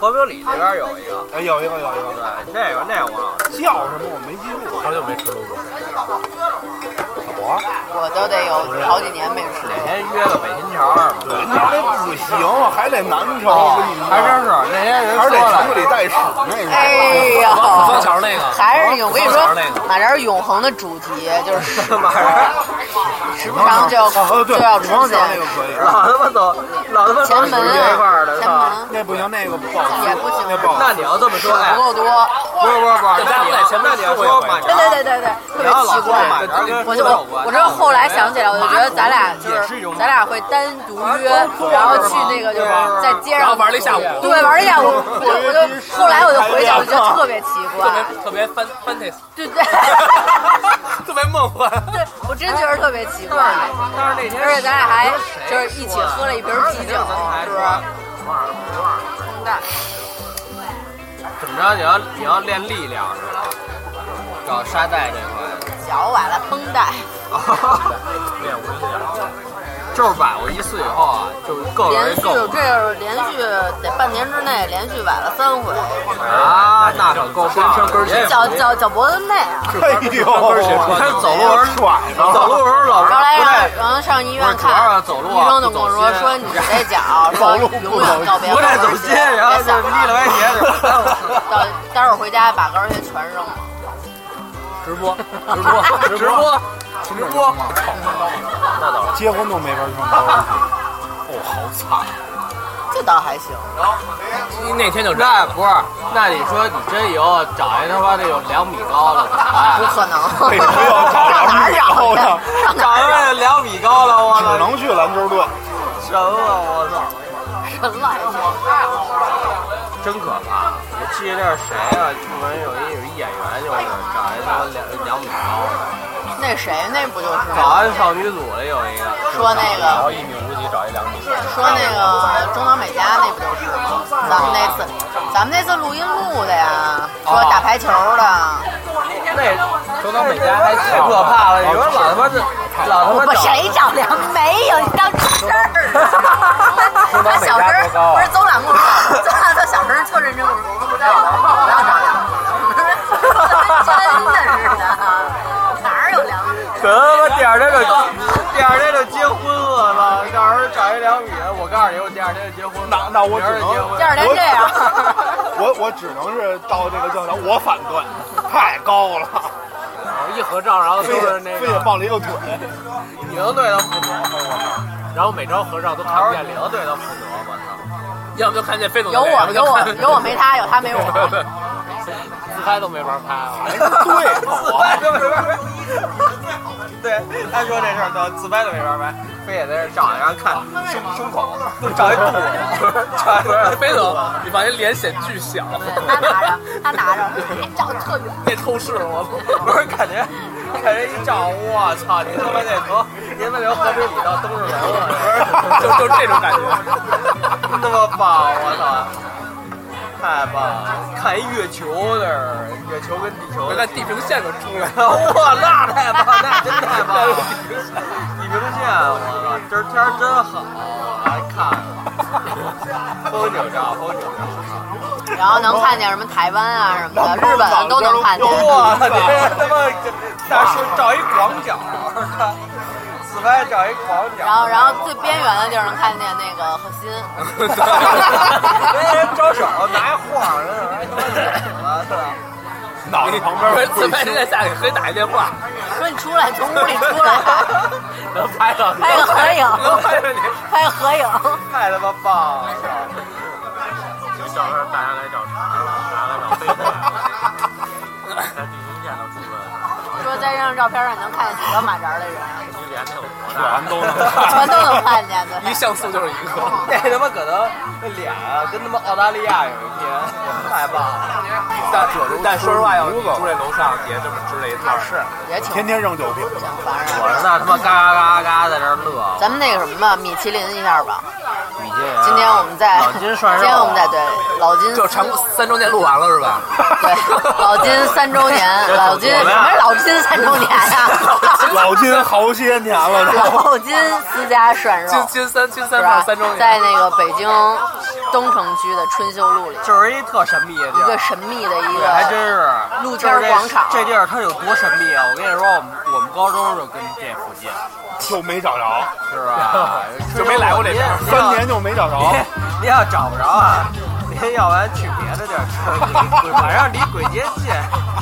Speaker 3: 和平里那边有一个，
Speaker 4: 哎，有一个有一个
Speaker 3: 对，那个那个我老
Speaker 4: 叫什么我没记住，
Speaker 7: 好久没吃卤煮，
Speaker 2: 我都得有好几年没吃
Speaker 3: 哪天约个北新桥儿吧？
Speaker 4: 那得不行，哦还得南城，
Speaker 3: 还真是那天人
Speaker 4: 还
Speaker 3: 说
Speaker 4: 是得
Speaker 3: 了
Speaker 4: 城。里带屎那种。
Speaker 2: 哎
Speaker 1: 方
Speaker 2: 呦，
Speaker 1: 桥那个，
Speaker 2: 还是永，我跟你
Speaker 3: 好好那
Speaker 2: 说
Speaker 3: 个，
Speaker 2: 马扎永恒的主题就是
Speaker 3: 马上
Speaker 2: 时不常就要
Speaker 4: 哦，
Speaker 2: 就
Speaker 4: 对，
Speaker 2: 要出
Speaker 4: 古方桥那
Speaker 2: 现
Speaker 4: 个。可以，
Speaker 3: 老他妈走，老他妈走
Speaker 2: 前
Speaker 3: 你们
Speaker 2: 门
Speaker 3: 这一块儿的，
Speaker 2: 前
Speaker 3: 操！
Speaker 2: 门
Speaker 4: 那不行，那个不好，
Speaker 2: 也不行
Speaker 4: 那不好，
Speaker 3: 那你要这么说，哎
Speaker 2: 不，够多。
Speaker 3: 不是不是不是，那你要那你要说马
Speaker 2: 对
Speaker 3: 扎，
Speaker 2: 对对对对，特别
Speaker 3: 然后老
Speaker 2: 奇
Speaker 3: 说马
Speaker 2: 怪。
Speaker 3: 扎跟
Speaker 2: 我就我我这后来想起来，我就觉得咱俩就
Speaker 3: 也
Speaker 2: 是
Speaker 3: 是一种
Speaker 2: 咱俩会单独约，然后去那个就是在街
Speaker 1: 然后
Speaker 2: 上
Speaker 1: 玩了一下午，
Speaker 2: 对玩儿一下午，我就我就后来我就回想，我就觉得特别奇
Speaker 1: 特
Speaker 2: 怪，
Speaker 1: 别特别 fan fantasy，
Speaker 2: 对对。
Speaker 1: 特别梦幻。
Speaker 2: 对，我真觉得特别奇怪，
Speaker 3: 但是那天
Speaker 2: 而且咱俩还就是一起喝了一瓶啤酒，是不是？冲淡，
Speaker 3: 怎么着？你要你要练力量是吧？搞沙袋这块，
Speaker 2: 脚崴了绷带，
Speaker 3: 练啊无力量， 就是崴过一次以后啊，就是够
Speaker 2: 连
Speaker 3: 人
Speaker 2: 续
Speaker 3: 够
Speaker 2: 这是连续得半年之内连续崴了三回，
Speaker 3: 啊，那可够棒了，也
Speaker 2: 脚脚脚脖子累啊。
Speaker 4: 哎呦，
Speaker 3: 他走路时
Speaker 4: 甩了，
Speaker 3: 走路时候老
Speaker 2: 后来
Speaker 3: 不
Speaker 2: 让
Speaker 3: 带
Speaker 2: 然后上医院
Speaker 3: 不是主要
Speaker 2: 看，
Speaker 3: 是走路啊
Speaker 2: 医生就跟我说
Speaker 3: 不走心
Speaker 2: 说你这 脚说
Speaker 4: 走路不
Speaker 2: 永远告别
Speaker 3: 不
Speaker 2: 高
Speaker 3: 太
Speaker 2: 跟
Speaker 3: 走
Speaker 2: 鞋
Speaker 3: 心，然后
Speaker 2: 别
Speaker 3: 就
Speaker 2: 想
Speaker 3: 眯了歪斜的。
Speaker 2: 到待会儿回家把高跟鞋全扔了。
Speaker 1: 直播，直播，直播，直播，
Speaker 4: 结婚都没法穿高跟鞋。
Speaker 1: 哦，好惨！
Speaker 2: 这倒还行，
Speaker 1: 那天就扔
Speaker 3: 那不是，那你说你真以后找一他妈那有两米高的怎么
Speaker 2: 不
Speaker 3: 办？啊
Speaker 2: 可能。
Speaker 4: 北京要找
Speaker 2: 上哪儿
Speaker 4: 两
Speaker 2: 找
Speaker 4: 米高
Speaker 2: 呀
Speaker 4: 的？
Speaker 2: 上哪
Speaker 3: 找
Speaker 2: 儿
Speaker 3: 一个两米高的，我
Speaker 4: 只
Speaker 3: 操！
Speaker 4: 能去兰州队，
Speaker 3: 什么？我操！
Speaker 2: 找人 来着？
Speaker 3: 真可怕！我记得那是谁啊？我们有一有一演员就是找一他妈两两米高的，
Speaker 2: 那谁，那不就是
Speaker 3: 早啊
Speaker 2: 吗？
Speaker 3: 安少女组里有一个，
Speaker 2: 说那个，
Speaker 3: 一米五几找一两米，
Speaker 2: 说那个中岛美嘉那不就是吗？咱们那次，咱们那次录音录的呀，说打排球的。
Speaker 3: 那中岛美嘉还太可怕了！你说老他妈这老他妈
Speaker 2: 我
Speaker 3: 找
Speaker 2: 谁丈量没有？你当真儿？他小声儿不是邹朗跟我说，邹朗他小声儿特认真跟我说，不要不要丈量， 真的是的，哪儿有量米？
Speaker 3: 得了，第二天就第二天就结婚了吧？到时候找一两米，我告诉你，我第二天就结婚了。
Speaker 4: 那那我
Speaker 3: 明儿
Speaker 4: 只
Speaker 3: 就结
Speaker 2: 第二
Speaker 3: 婚了。
Speaker 2: 天这样，
Speaker 4: 我我只能是到这个教堂，我反对，太高了，
Speaker 1: 一合照，然后
Speaker 4: 非得非得抱了一个腿，
Speaker 3: 你能对他负责吗？
Speaker 1: 然后每张合照都
Speaker 3: 到时
Speaker 1: 看
Speaker 3: 候
Speaker 1: 不见
Speaker 3: 你
Speaker 1: 脸，
Speaker 3: 能对他负责吗？操！
Speaker 1: 要么就看见飞总
Speaker 2: 有
Speaker 1: 的脸
Speaker 2: 我有我有我，没
Speaker 1: 要
Speaker 2: 他，有他没
Speaker 1: 么就看
Speaker 2: 我。
Speaker 1: 自拍都没法拍啊！
Speaker 4: 对
Speaker 3: 自拍都没法拍。对，他说这事儿都自拍都没法拍，非得在这照，然后看胸胸口，照一肚子， 照一肚子
Speaker 1: 飞总， 你把那脸显巨小，
Speaker 2: 他拿着，他拿着，照特远。
Speaker 1: 那透视我。
Speaker 3: 不是感觉，感觉一照，我操！您他妈得从您他妈得从河北里到东直门了，
Speaker 1: 就就这种感觉。
Speaker 3: 真他妈棒！我操，太棒了！看一月球那儿，月球跟地球
Speaker 1: 我，看地平线都出来了，
Speaker 3: 哇，那太棒，那真太棒了！地平线，我操，今儿天儿真好，来看了，风景照，风景照，
Speaker 2: 然后能看见什么台湾啊什么的，日本的都能看见。
Speaker 3: 哇，你这他妈大叔照一广角，自拍照一广角，
Speaker 2: 然后，然后最边缘的地儿能看见那个核心，
Speaker 3: 跟人招手拿一晃，人他妈死了，
Speaker 4: 脑袋旁
Speaker 1: 不是
Speaker 4: 边
Speaker 1: 自拍在下给黑打一电话，
Speaker 2: 说你出来，从屋里出来，
Speaker 1: 能拍到你，
Speaker 2: 拍个合影
Speaker 1: 能拍到你。
Speaker 2: 拍个合影。
Speaker 3: 太他妈棒了！
Speaker 2: 说在这张照片上你能看见几个马扎的人，啊
Speaker 4: 全都能
Speaker 2: 全
Speaker 4: 看，
Speaker 2: 都能看见
Speaker 1: 一
Speaker 2: 对。
Speaker 1: 像素就是一个，
Speaker 3: 那他妈可能那脸啊，跟他妈澳大利亚有一天，太棒了！
Speaker 1: 但但说实话，要住这楼上也这么支了一套，是
Speaker 2: 也挺
Speaker 4: 天天扔酒瓶，
Speaker 2: 挺烦人
Speaker 3: 我
Speaker 2: 的。
Speaker 3: 是那他妈嘎嘎嘎嘎在这儿乐，
Speaker 2: 咱们那个什么吧，米其林一下吧。
Speaker 3: 米其林。
Speaker 2: 今天我们在，
Speaker 3: 老
Speaker 2: 今
Speaker 3: 金涮肉
Speaker 2: 天我们在对老金，
Speaker 1: 就长三周年录完了是吧？
Speaker 2: 对老金三周 年，老金什么老金三周年呀、
Speaker 4: 老金好些年了都。
Speaker 2: 老金私家涮肉，
Speaker 1: 金金三金三
Speaker 2: 是
Speaker 1: 胖
Speaker 2: 吧
Speaker 1: 三周？年，
Speaker 2: 在那个北京东城区的春秀路里，
Speaker 3: 就是一特神秘的地
Speaker 2: 一个
Speaker 3: 儿，
Speaker 2: 神秘的一
Speaker 3: 还真
Speaker 2: 个
Speaker 3: 是
Speaker 2: 露天广场
Speaker 3: 就是这这地儿它有多神秘啊！我跟你说，我们我们高中就跟这附近，
Speaker 4: 就没找着，
Speaker 3: 是吧？
Speaker 1: 就没来过这地儿
Speaker 3: 你要
Speaker 4: 三年就没找着，
Speaker 3: 你要找不着啊，你您要不然去别的地儿吃，离鬼反正离鬼街近，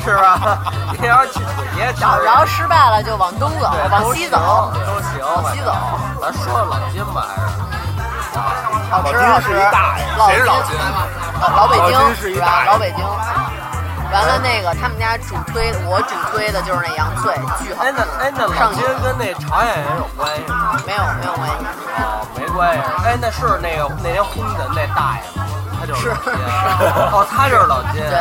Speaker 3: 是吧？您要是去鬼街吃，
Speaker 2: 找着失败了就往东走
Speaker 3: 对，
Speaker 2: 往西走，
Speaker 3: 都行，
Speaker 2: 往西走，
Speaker 3: 咱说说老金吧，还是
Speaker 2: 好吃好
Speaker 4: 老
Speaker 2: 吃
Speaker 4: 金是一大爷。
Speaker 2: 老
Speaker 1: 谁是老
Speaker 2: 金
Speaker 1: 金？
Speaker 2: 老老北
Speaker 4: 老
Speaker 2: 京
Speaker 4: 金是一
Speaker 2: 吧
Speaker 4: 大爷
Speaker 2: 老北京。完了，那个他们家主推，我主推的就是那羊脆，巨好
Speaker 3: 哎那哎那老
Speaker 2: 上
Speaker 3: 金
Speaker 2: 瘾
Speaker 3: 跟那朝鲜人有关系吗？
Speaker 2: 没有没有关系。
Speaker 3: 哦，没关系。哎，那是那个那天轰的那大爷吗？他就是老金。
Speaker 2: 是
Speaker 3: 哦，他就是老金。
Speaker 2: 对，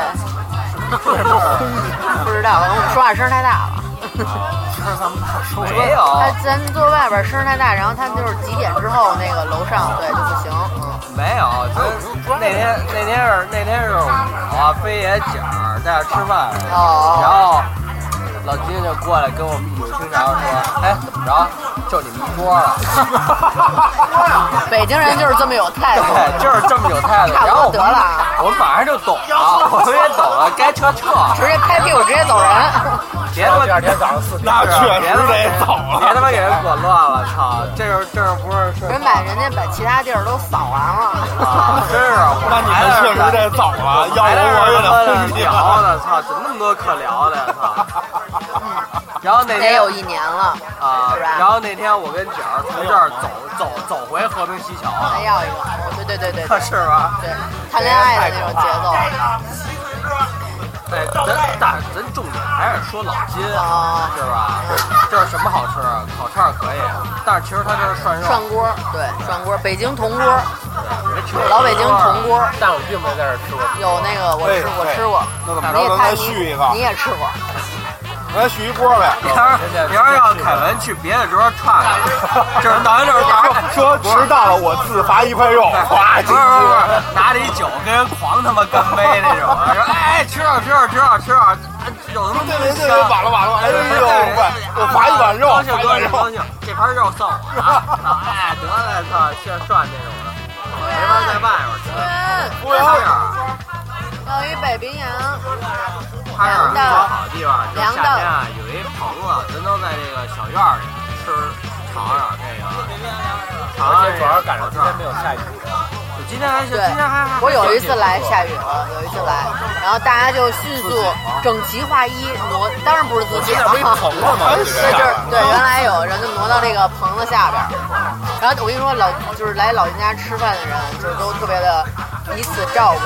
Speaker 2: 不知道，我们说话声太大了。
Speaker 3: 没有。
Speaker 2: 他咱坐外边声太大，然后他就是几点之后那个楼上对就不行，嗯，
Speaker 3: 没有，就是那天那天是那天是我飞爷姐儿在那儿吃饭，
Speaker 2: 哦
Speaker 3: 然后老金就过来跟我们女经常说，哎，怎么着，就你们一桌 了，
Speaker 2: 北京人就是这么有态度，
Speaker 3: 对，就是这么有态度。
Speaker 2: 差
Speaker 3: 然
Speaker 2: 不
Speaker 3: 后
Speaker 2: 多得
Speaker 3: 我们
Speaker 2: 了啊，
Speaker 3: 我们马上就懂了，我们也懂了，该撤撤，
Speaker 2: 直接拍屁股直接走人。
Speaker 3: 别他妈
Speaker 1: 早上四
Speaker 4: 那啊确
Speaker 3: 别
Speaker 4: 实
Speaker 3: 他
Speaker 4: 得
Speaker 3: 妈
Speaker 4: 啊走
Speaker 3: 别他
Speaker 4: 了。
Speaker 3: 妈给人裹乱了，操，这是这是不是 是
Speaker 2: 人把人家把其他地儿都扫完
Speaker 3: 啊
Speaker 2: 了，，
Speaker 3: 真是，我
Speaker 4: 那你
Speaker 3: 还
Speaker 4: 们
Speaker 3: 在
Speaker 4: 确
Speaker 3: 这儿
Speaker 4: 实得走了，要
Speaker 3: 还
Speaker 4: 不
Speaker 3: 在
Speaker 4: 我也
Speaker 3: 这儿
Speaker 4: 得轰你了。
Speaker 3: 他妈聊呢，操，怎么那么多可聊的，操。 然后那
Speaker 2: 得
Speaker 3: 天
Speaker 2: 有一年了，
Speaker 3: 啊，
Speaker 2: 是吧
Speaker 3: 然后那天我跟姐儿从这儿走走走回和平 西桥，
Speaker 2: 还要一个，对对对对对，
Speaker 3: 是吧？
Speaker 2: 对谈恋爱的那种节奏，
Speaker 3: 对，咱但是咱重点还是说老金，
Speaker 2: 啊
Speaker 3: 是吧？这是什么好吃？啊烤串儿可以，但是其实它这是涮肉，
Speaker 2: 涮锅，对涮锅，北京铜锅，
Speaker 3: 没吃啊过
Speaker 2: 老北京铜锅，
Speaker 1: 但我并没在这儿吃过。
Speaker 2: 有那个我吃我吃过，
Speaker 4: 那怎么
Speaker 2: 你
Speaker 4: 着？
Speaker 2: 也
Speaker 4: 咱
Speaker 2: 看
Speaker 4: 再
Speaker 2: 你
Speaker 4: 续一个
Speaker 2: 你，也吃过，
Speaker 4: 咱续一锅呗。
Speaker 3: 明儿明儿要凯文去别的桌儿串 了，就是咱这儿玩儿。
Speaker 4: 说迟到了，我自罚一块肉，哗
Speaker 3: 不是不是不是，拿着一酒跟人狂他妈干杯那种，说哎吃点吃点吃点吃点，有他妈
Speaker 4: 对对对，
Speaker 3: 啊
Speaker 4: 晚了晚了，哎呦喂，我罚一碗肉，
Speaker 3: 高兴
Speaker 4: 罚
Speaker 3: 啊高
Speaker 4: 一
Speaker 3: 兴
Speaker 4: 碗
Speaker 3: 高
Speaker 4: 肉。
Speaker 3: 兴，这盘肉算我 了啊！哎，得了，操，现涮这种的，没法在外边吃。
Speaker 4: 服务员儿，
Speaker 3: 啊
Speaker 2: 有一北冰洋，
Speaker 3: 它是一个好地方，就是
Speaker 2: 凉的
Speaker 3: 夏天啊，有一棚子，咱都在这个小院儿里吃，尝尝这个。尝尝这个
Speaker 1: 主要是赶上今天没有
Speaker 3: 烤
Speaker 1: 下雨，
Speaker 3: 串儿今天还行，今
Speaker 2: 对
Speaker 3: 天还还，
Speaker 2: 我有一次来下雨了，有一次来，然后大家就迅速整齐划一挪，当然不是自己
Speaker 1: 现哎在
Speaker 2: 了
Speaker 1: 不是一棚了吗？
Speaker 4: 真
Speaker 1: 对不
Speaker 4: 是
Speaker 1: 对
Speaker 2: 对，就是对，原来有人就挪到那个棚子下边儿。然后我跟你说，老就是来老人家吃饭的人，就是都特别的彼此照顾，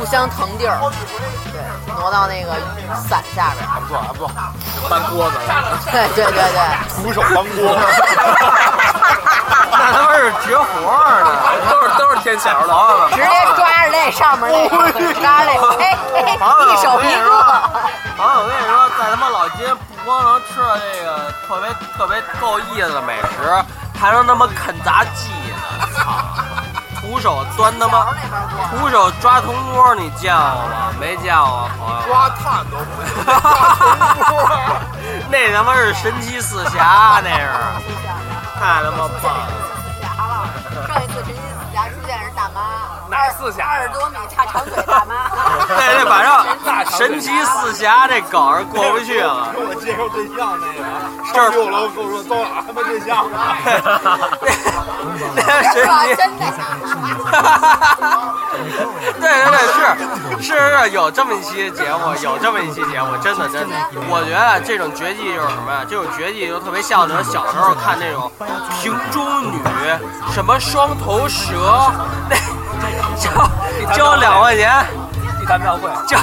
Speaker 2: 互相腾地儿，对，挪到那个伞下边儿。
Speaker 4: 不错不错，
Speaker 1: 搬锅子了。
Speaker 2: 对对对对，
Speaker 4: 徒手帮锅。
Speaker 3: 那他妈是绝活儿呢，
Speaker 1: 都是都是天桥的，
Speaker 3: 了，
Speaker 2: 直接抓着那上面那个，抓着那个，嘿嘿，一手一个。
Speaker 3: 朋友，我跟你说，在他妈老金不光能吃到那个特别特别够意思的美食，还能他妈啃杂技呢！操，徒手钻他妈，徒手抓铜锅，你见过吗？没见过，朋友。
Speaker 4: 抓炭都不行
Speaker 3: 哈哈哈 那他妈是神奇四侠，啊那是，太他妈棒 了！
Speaker 2: 上一次神奇死侠出现是大妈，
Speaker 1: 哪四下？
Speaker 7: 二十多米大长腿大妈，
Speaker 3: 对对，哎反正神奇四侠这梗是过不去了。
Speaker 4: 跟我介绍对象那个，
Speaker 3: 这
Speaker 4: 上
Speaker 3: 儿
Speaker 4: 六楼跟我说都俩他妈对象了。
Speaker 3: 那
Speaker 7: 是吧？
Speaker 3: 神奇。
Speaker 7: 真的，
Speaker 3: 对对对，是是是，有这么一期节目，有这么一期节目，真的真的，我觉得这种绝技就是什么呀？这种绝技就特别像咱小时候看那种瓶中女，什么双头蛇，那 交交两块钱，
Speaker 1: 地坛庙会，
Speaker 3: 交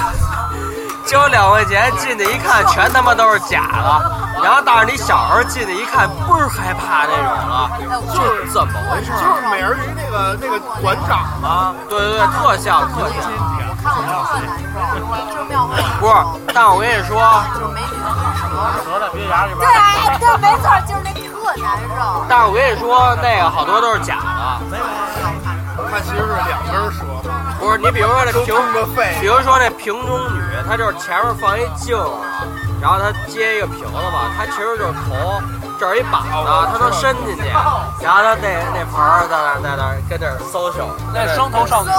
Speaker 3: 交两块钱进去一看，全他妈都是假的。然后但是你小时候进去一看，倍儿害怕那种了，就是怎么回事
Speaker 4: 就是美人鱼那个那个馆长嘛，
Speaker 3: 啊？对对对，特像特像。
Speaker 2: 我看我特难受，就是庙会。
Speaker 3: 不是，但我跟你说，
Speaker 2: 就是美女和蛇，
Speaker 7: 对哎对，没错，就是那
Speaker 2: 特难受。
Speaker 3: 但是我跟你说，那个好多都是假的。
Speaker 4: 它其实是两根蛇嘛，
Speaker 3: 不是，你比如说这
Speaker 4: 都
Speaker 3: 瓶，
Speaker 4: 这么废
Speaker 3: 比。如说这瓶中女，她就是前面放一镜子，然后她接一个瓶子吧，她其实就是头，这是一板子，
Speaker 1: 哦
Speaker 3: 她能伸进去，然后她那那盆儿在那儿在那儿跟那儿搜手，
Speaker 1: 那双头少女，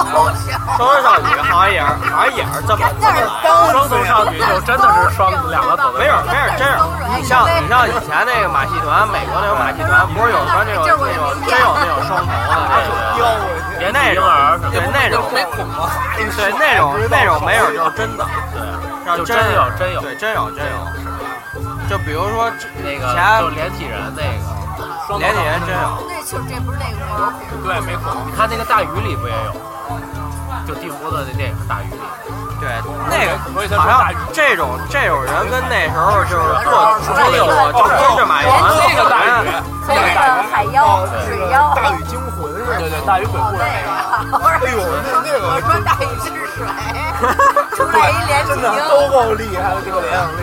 Speaker 3: 搜手少女好像也是，好像也是这么这么来的。
Speaker 1: 双头少女就真的是双两个走的
Speaker 3: 没有没有，真是你像你像以前那个马戏团，美国那种马戏团，不是有说那种那种真有那种双头的那种，
Speaker 4: 丢回去，
Speaker 3: 对那种对那种
Speaker 1: 没恐吗？
Speaker 3: 对那种那种没有就是真的，对，
Speaker 8: 就是真有真有
Speaker 3: 对真有真有，就比如说这
Speaker 8: 那
Speaker 3: 前
Speaker 8: 个就连体人那个，
Speaker 3: 连体人真有，
Speaker 7: 那就这不是那个吗？
Speaker 8: 对，没恐。你看那个大鱼里不也有？就蒂夫的那电影《大鱼》里，
Speaker 3: 对那个
Speaker 1: 所以他
Speaker 3: 好
Speaker 1: 说大
Speaker 3: 像
Speaker 1: 鱼。
Speaker 3: 这种这种人跟那时候就是做做的我就是跟着马云嗯
Speaker 1: 那个大鱼，
Speaker 7: 从那个海妖、水妖，
Speaker 4: 大禹惊魂是吧？
Speaker 1: 对对，大鱼鬼
Speaker 7: 哦
Speaker 1: 故事那个，
Speaker 7: 那个，
Speaker 4: 哎呦，那那
Speaker 7: 我
Speaker 4: 个
Speaker 7: 说大禹治水，出来一连体
Speaker 4: 真的都够厉害了，这个联想力。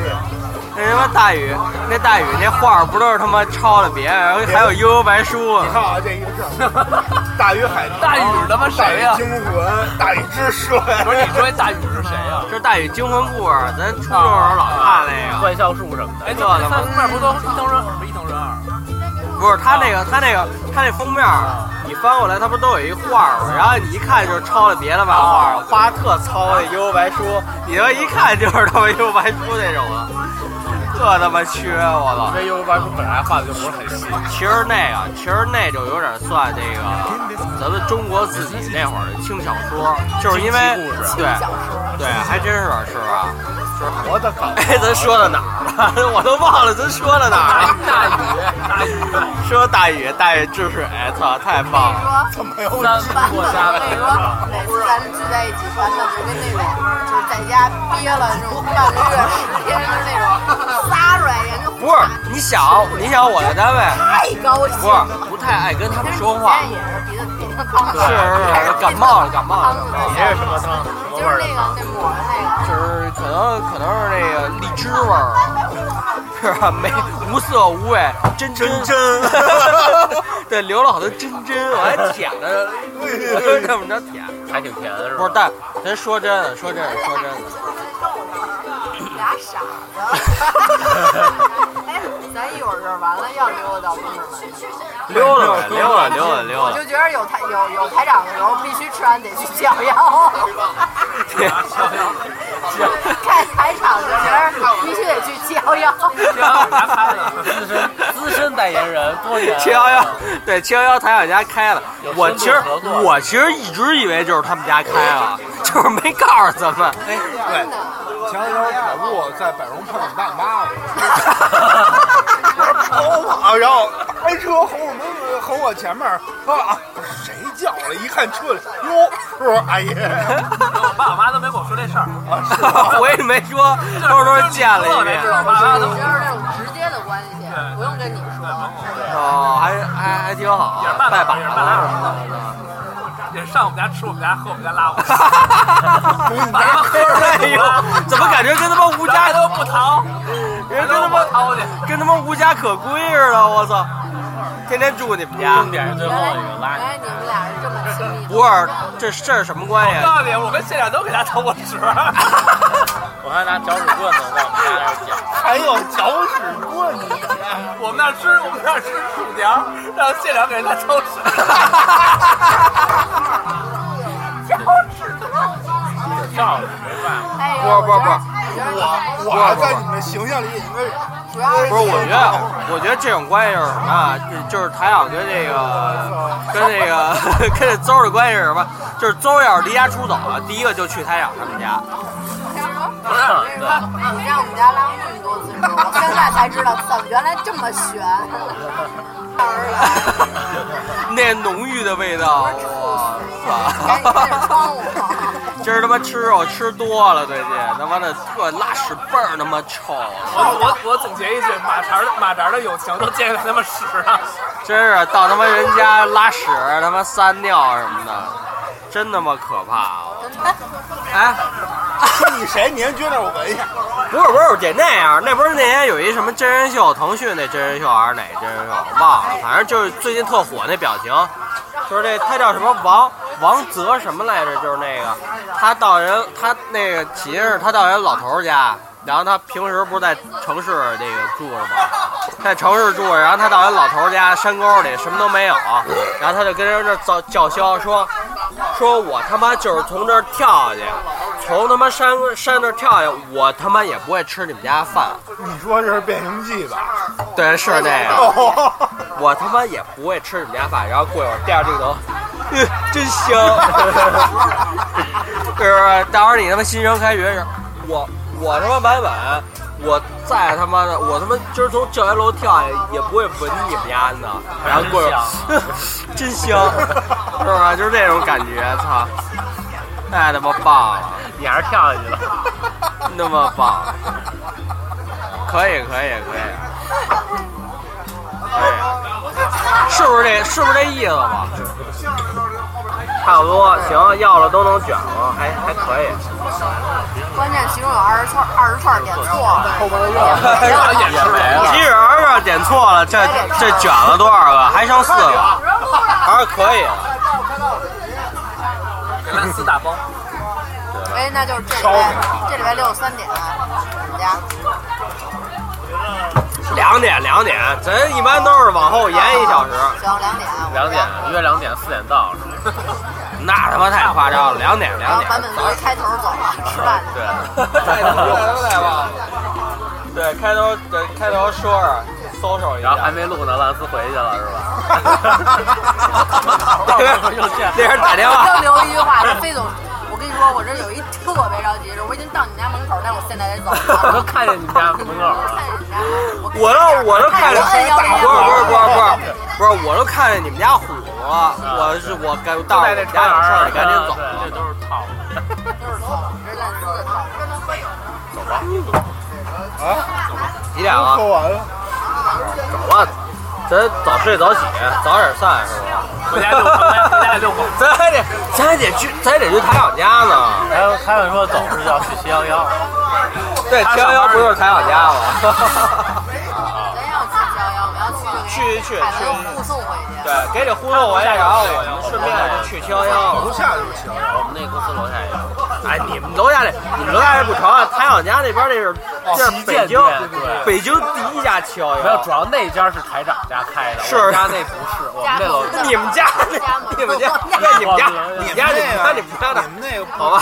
Speaker 3: 那他妈大宇，那大宇那画儿不都是他妈抄的别人，然后还有悠悠白书
Speaker 4: 你看啊，这一个是大禹海，
Speaker 1: 大禹他妈
Speaker 4: 大
Speaker 1: 谁呀
Speaker 4: 禹？惊魂，大禹之水。
Speaker 1: 不是你说大禹是谁呀？
Speaker 3: 就是大宇惊魂故事，咱初中时候老看啊那个。
Speaker 8: 幻象术什么的。
Speaker 1: 哎，这三封面不都一藤人不一藤人
Speaker 3: 哎
Speaker 1: 二？
Speaker 3: 不是他那个，他那个，他那封面儿，你翻过来，他不都有一画儿吗？然后你一看就是抄的别的漫画儿，画特糙的悠悠白书，你他妈一看就是他妈悠悠白书那种啊，这他妈缺我操！
Speaker 8: 那幽白书本来画的就不是很细，
Speaker 3: 其实那个，其实那就有点算这个咱们中国自己那会儿的轻小说，就是因为对对，还真是是吧？
Speaker 4: 我的靠！
Speaker 3: 哎，咱说到哪儿了？我 都忘了咱说到哪儿了。
Speaker 1: 大禹，大禹，
Speaker 3: 说大禹，大禹治水，哎操，太棒了！
Speaker 4: 怎
Speaker 8: 哎
Speaker 4: 么有
Speaker 1: 三封过家
Speaker 7: 我跟你说，每次咱们聚在一起发笑，就跟那种就是在家憋了这种半个月、十天的那种撒出来人，就
Speaker 3: 不是，你想，你想我在单位，
Speaker 7: 太高兴
Speaker 3: 不是
Speaker 7: 了。
Speaker 3: 不太爱跟他们说话，
Speaker 7: 也是鼻子鼻子汤
Speaker 3: 是是是，感冒了，感冒了，感冒了。
Speaker 7: 什么汤？就是那个那抹的那个。
Speaker 3: 就是可能可能是那个荔枝味儿， 是吧？没无色无味，真真真， 对，留了好多真真，我还舔着，我就这么着舔。
Speaker 8: 还挺甜的是
Speaker 3: 不是
Speaker 8: 吧？，
Speaker 3: 但咱说真的，说真的，说真的，
Speaker 7: 俩傻子。哎，咱一会儿这完了要溜达，朋友们。
Speaker 3: 溜达呗，溜达溜达溜
Speaker 1: 啊
Speaker 7: 我就觉得有台有有排长的时候，必须吃完得去降腰。 看台场的时候，必须得去降腰。
Speaker 8: 资深 资深代言人，多年
Speaker 3: 七幺幺，对七幺幺台小家开了，我其实我其实一直以为就是他们家开了， 就是没告诉咱 们。
Speaker 7: 真的，
Speaker 4: 前两天跑步在百荣碰见大妈了，
Speaker 3: 对，
Speaker 4: 我跑，然后开车红我们红我前面，啊，谁叫了？一看车里，哟，是我阿姨，
Speaker 1: 我爸我妈都没跟我说这事儿，
Speaker 3: 我也没说，偷偷见了一
Speaker 1: 没
Speaker 3: 遍
Speaker 1: 知。道，爸妈
Speaker 7: 就
Speaker 1: 都
Speaker 7: 是那种直接的关系，不用跟你说。
Speaker 3: 哦，还还还挺好啊
Speaker 1: 也是，
Speaker 3: 拜
Speaker 1: 慢
Speaker 3: 把
Speaker 1: 板
Speaker 3: 子
Speaker 1: 也是
Speaker 3: 什
Speaker 1: 慢
Speaker 3: 么
Speaker 1: 板
Speaker 3: 的。
Speaker 1: 也是上我们家吃我们家喝我们家拉我 们家，把他们喝出来
Speaker 3: 哎呦，怎么感觉跟他妈无
Speaker 1: 大家
Speaker 3: 家
Speaker 1: 都不逃，
Speaker 3: 人跟
Speaker 1: 都
Speaker 3: 他
Speaker 1: 不
Speaker 3: 妈
Speaker 1: 掏去。
Speaker 3: 跟他妈无家可归似的，我操！天天住你们
Speaker 1: 嗯
Speaker 3: 家，
Speaker 8: 重点是最
Speaker 7: 原
Speaker 8: 后一
Speaker 7: 来
Speaker 8: 个拉
Speaker 7: 原来你们俩是这么亲密的。
Speaker 3: 不是这这是什么关系？啊
Speaker 1: 告诉你，我跟县长都给他当过 吃。
Speaker 8: 我还拿脚趾棍子在我们家那儿讲，
Speaker 4: 还有搅屎棍，
Speaker 1: 我们那儿吃，我们那儿吃薯条，让县长给人家抽屎。
Speaker 8: 照着没办法。
Speaker 7: 哎呦，
Speaker 3: 不是不是不是
Speaker 7: 我
Speaker 4: 我还在你们形象里也应该
Speaker 7: 主要是
Speaker 3: 不是，我觉得，我觉得这种关系是什么啊？就就是台长跟那个，跟那个，跟那邹的关系是什么？就是邹要是离家出走了，第一个就去台长他们家。
Speaker 7: 你让我们家拉那么多次手，我现在才知道怎么原来这么悬。当然了，
Speaker 3: 那浓郁的味道，哇
Speaker 7: 赶紧开始窗户
Speaker 3: 塞！。 今儿他妈吃肉吃多了，最近他妈的特拉屎倍儿他妈臭，
Speaker 1: 我我我总结一句，马扎儿马扎儿的友情都建立在他们屎上。
Speaker 3: 真是到他妈人家拉屎他妈撒尿什么的，真他妈可怕啊！哎。
Speaker 4: 说你谁？你先撅那儿我闻一下。
Speaker 3: 不是不是得那样，那不是那天有一什么真人秀，腾讯那真人秀还是哪真人秀，忘了，反正就是最近特火那表情，就是那他叫什么王王泽什么来着，就是那个他到人他那个起因是他到人老头儿家，然后他平时不是在城市那个住着吗？在城市住着，然后他到人老头儿家山沟里什么都没有，然后他就跟人这儿叫叫嚣说，说我他妈就是从这儿跳下去，从他妈山山那儿跳下去，我他妈也不会吃你们家饭。
Speaker 4: 你说这是变形计吧？
Speaker 3: 对，是那个，
Speaker 4: 哦，
Speaker 3: 我他妈也不会吃你们家饭。然后过一会儿第二镜头，嗯真香。 就是到时候你他妈新生开学时，我我他妈买碗，我再他妈的，我他妈今儿从教学楼跳下也不会闻你们家的，然后过去，嗯真香，是吧？就是那种感觉，操，太他妈棒了，
Speaker 8: 你还是跳下去了。
Speaker 3: 那么棒，可以可以可以。可以是不是这是不是这意思吧？
Speaker 8: 差不多，行，要了都能卷了，还还可 以。
Speaker 7: 关键其中有二十串二十串点错了，后边的
Speaker 1: 演出来了。
Speaker 3: 其实是点错了，这这卷了多少个？还剩四个，还是可以的。
Speaker 1: 给他四大包，
Speaker 7: 哎，那就是这礼拜这礼拜六三点，你们家
Speaker 3: 两点两点，咱一般都是往后延一小时，
Speaker 7: 行两点，我
Speaker 8: 两
Speaker 7: 们
Speaker 8: 点
Speaker 7: 家
Speaker 8: 约两点，四点到是吗？
Speaker 3: 那他妈太夸张了，两点
Speaker 7: 然
Speaker 3: 两
Speaker 7: 后
Speaker 3: 点
Speaker 7: 版。本作为开头走了，吃饭去。
Speaker 3: 太他妈太棒了！对，开头对开头说说，搜索一
Speaker 8: 然后还
Speaker 3: 下。
Speaker 8: 没录呢，烂丝回去了是吧？又见
Speaker 3: 那人打电话
Speaker 7: 就留一句话，说飞总，我跟你说，我这有一特别着急的事，我已经到你家门口，但我现在得走了。
Speaker 8: 我都看见你们家门口
Speaker 7: 我
Speaker 8: 了。
Speaker 7: 看见你家门口
Speaker 3: 我都我都看着，
Speaker 7: 我摁幺零
Speaker 3: 不是不是不是不是不是，我都看见你们家虎了，我是我该到我
Speaker 8: 在那
Speaker 3: 们家有事儿，你赶紧
Speaker 1: 啊
Speaker 3: 走。
Speaker 8: 这都是套路。
Speaker 7: 就是走了，这烂死的
Speaker 4: 啊，
Speaker 3: 几点
Speaker 4: 都
Speaker 3: 了？
Speaker 4: 喝完了，
Speaker 3: 走吧，啊咱早睡早起，早点散是吧？
Speaker 8: 回家遛狗回家遛狗
Speaker 3: 咱还得咱还得去，咱还得去台长家呢。
Speaker 8: 还有还有说走是要去七幺幺，
Speaker 3: 对，七幺幺不就是台长家 吗？
Speaker 7: 咱要去幺幺，我们要去
Speaker 3: 去去
Speaker 7: 海
Speaker 3: 去
Speaker 7: 南护送回去。
Speaker 8: 哎
Speaker 3: 对，给你忽悠回去，然后我们顺便就去七幺幺了。
Speaker 4: 楼下就是行。
Speaker 8: 我们那公司楼下也有。
Speaker 3: 哎，你们楼下这，你们楼下这不成啊！台长家那边那是，这是北京
Speaker 8: 哦旗舰店，
Speaker 3: 北京第一家七幺
Speaker 8: 没有，
Speaker 3: 幺
Speaker 8: 主。要那家是台长家开的，
Speaker 3: 是
Speaker 8: 我们家那不是，我们那楼
Speaker 7: 家
Speaker 3: 你们家那，你们家，那你们家，你们家，你们家，你们家的，
Speaker 4: 你们那个
Speaker 3: 好吧？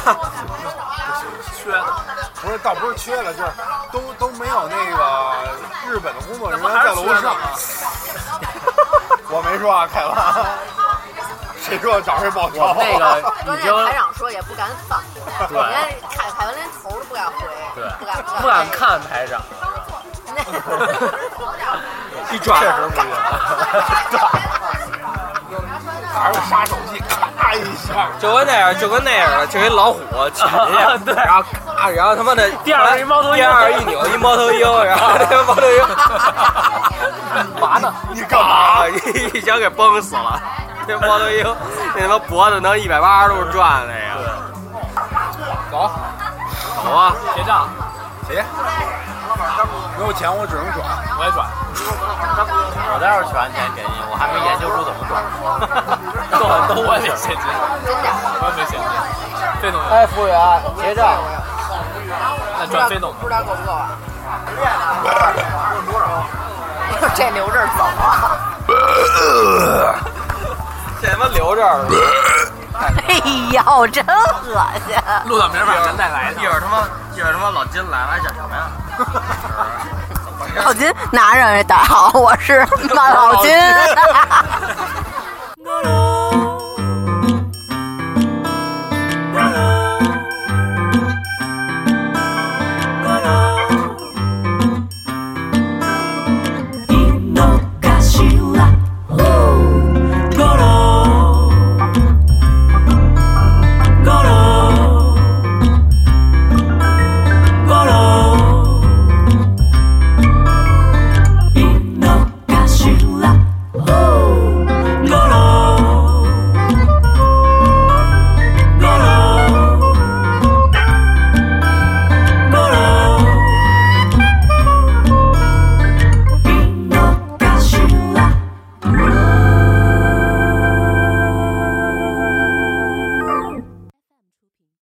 Speaker 4: 不是，倒不是缺了，就是都都没有那个日本的工作人员在楼上。 我没说啊，凯文，谁说找谁报
Speaker 8: 我
Speaker 4: 仇？
Speaker 8: 们那个
Speaker 7: 关
Speaker 8: 已
Speaker 7: 键
Speaker 8: 经
Speaker 7: 台长说也不敢反驳，
Speaker 8: 对
Speaker 7: 连凯凯文连头都不敢回，
Speaker 8: 对
Speaker 7: 不敢
Speaker 8: 不敢。看台长，
Speaker 3: 一转
Speaker 8: 确实不一 样。
Speaker 4: 还是杀手锏，咔一下。
Speaker 3: 就跟那样，就跟那样的，就跟老虎潜
Speaker 8: 啊
Speaker 3: 进去，
Speaker 8: 对
Speaker 3: 然后咔，然后他妈的，
Speaker 8: 第二个一猫头鹰
Speaker 3: 第二个一扭一猫头鹰，然后那个猫头 鹰，
Speaker 8: 嘛呢？
Speaker 4: 你干嘛？
Speaker 3: 一枪给崩死了。那猫头鹰，那他妈脖子能一百八十度转那个。啊
Speaker 4: 走，
Speaker 3: 走啊，
Speaker 1: 结账，
Speaker 4: 谁？没有钱，我只能转。
Speaker 1: 我也转。
Speaker 8: 我待会儿取完钱给你，我还没研究出怎么转。
Speaker 1: 都
Speaker 3: 啊
Speaker 1: 都我得现金，我也没现金。飞总，哎，服务员结账。那转飞总
Speaker 7: 不知道够不够啊？ 这留这儿走啊！
Speaker 3: 这他妈留这儿了。
Speaker 2: 哎呀，我真恶 心。
Speaker 1: 录到明儿晚上再来呢
Speaker 3: 哎一。会儿他妈，一会儿他妈老金来了，讲什么呀？
Speaker 2: 老金拿着这打好，我是马老金。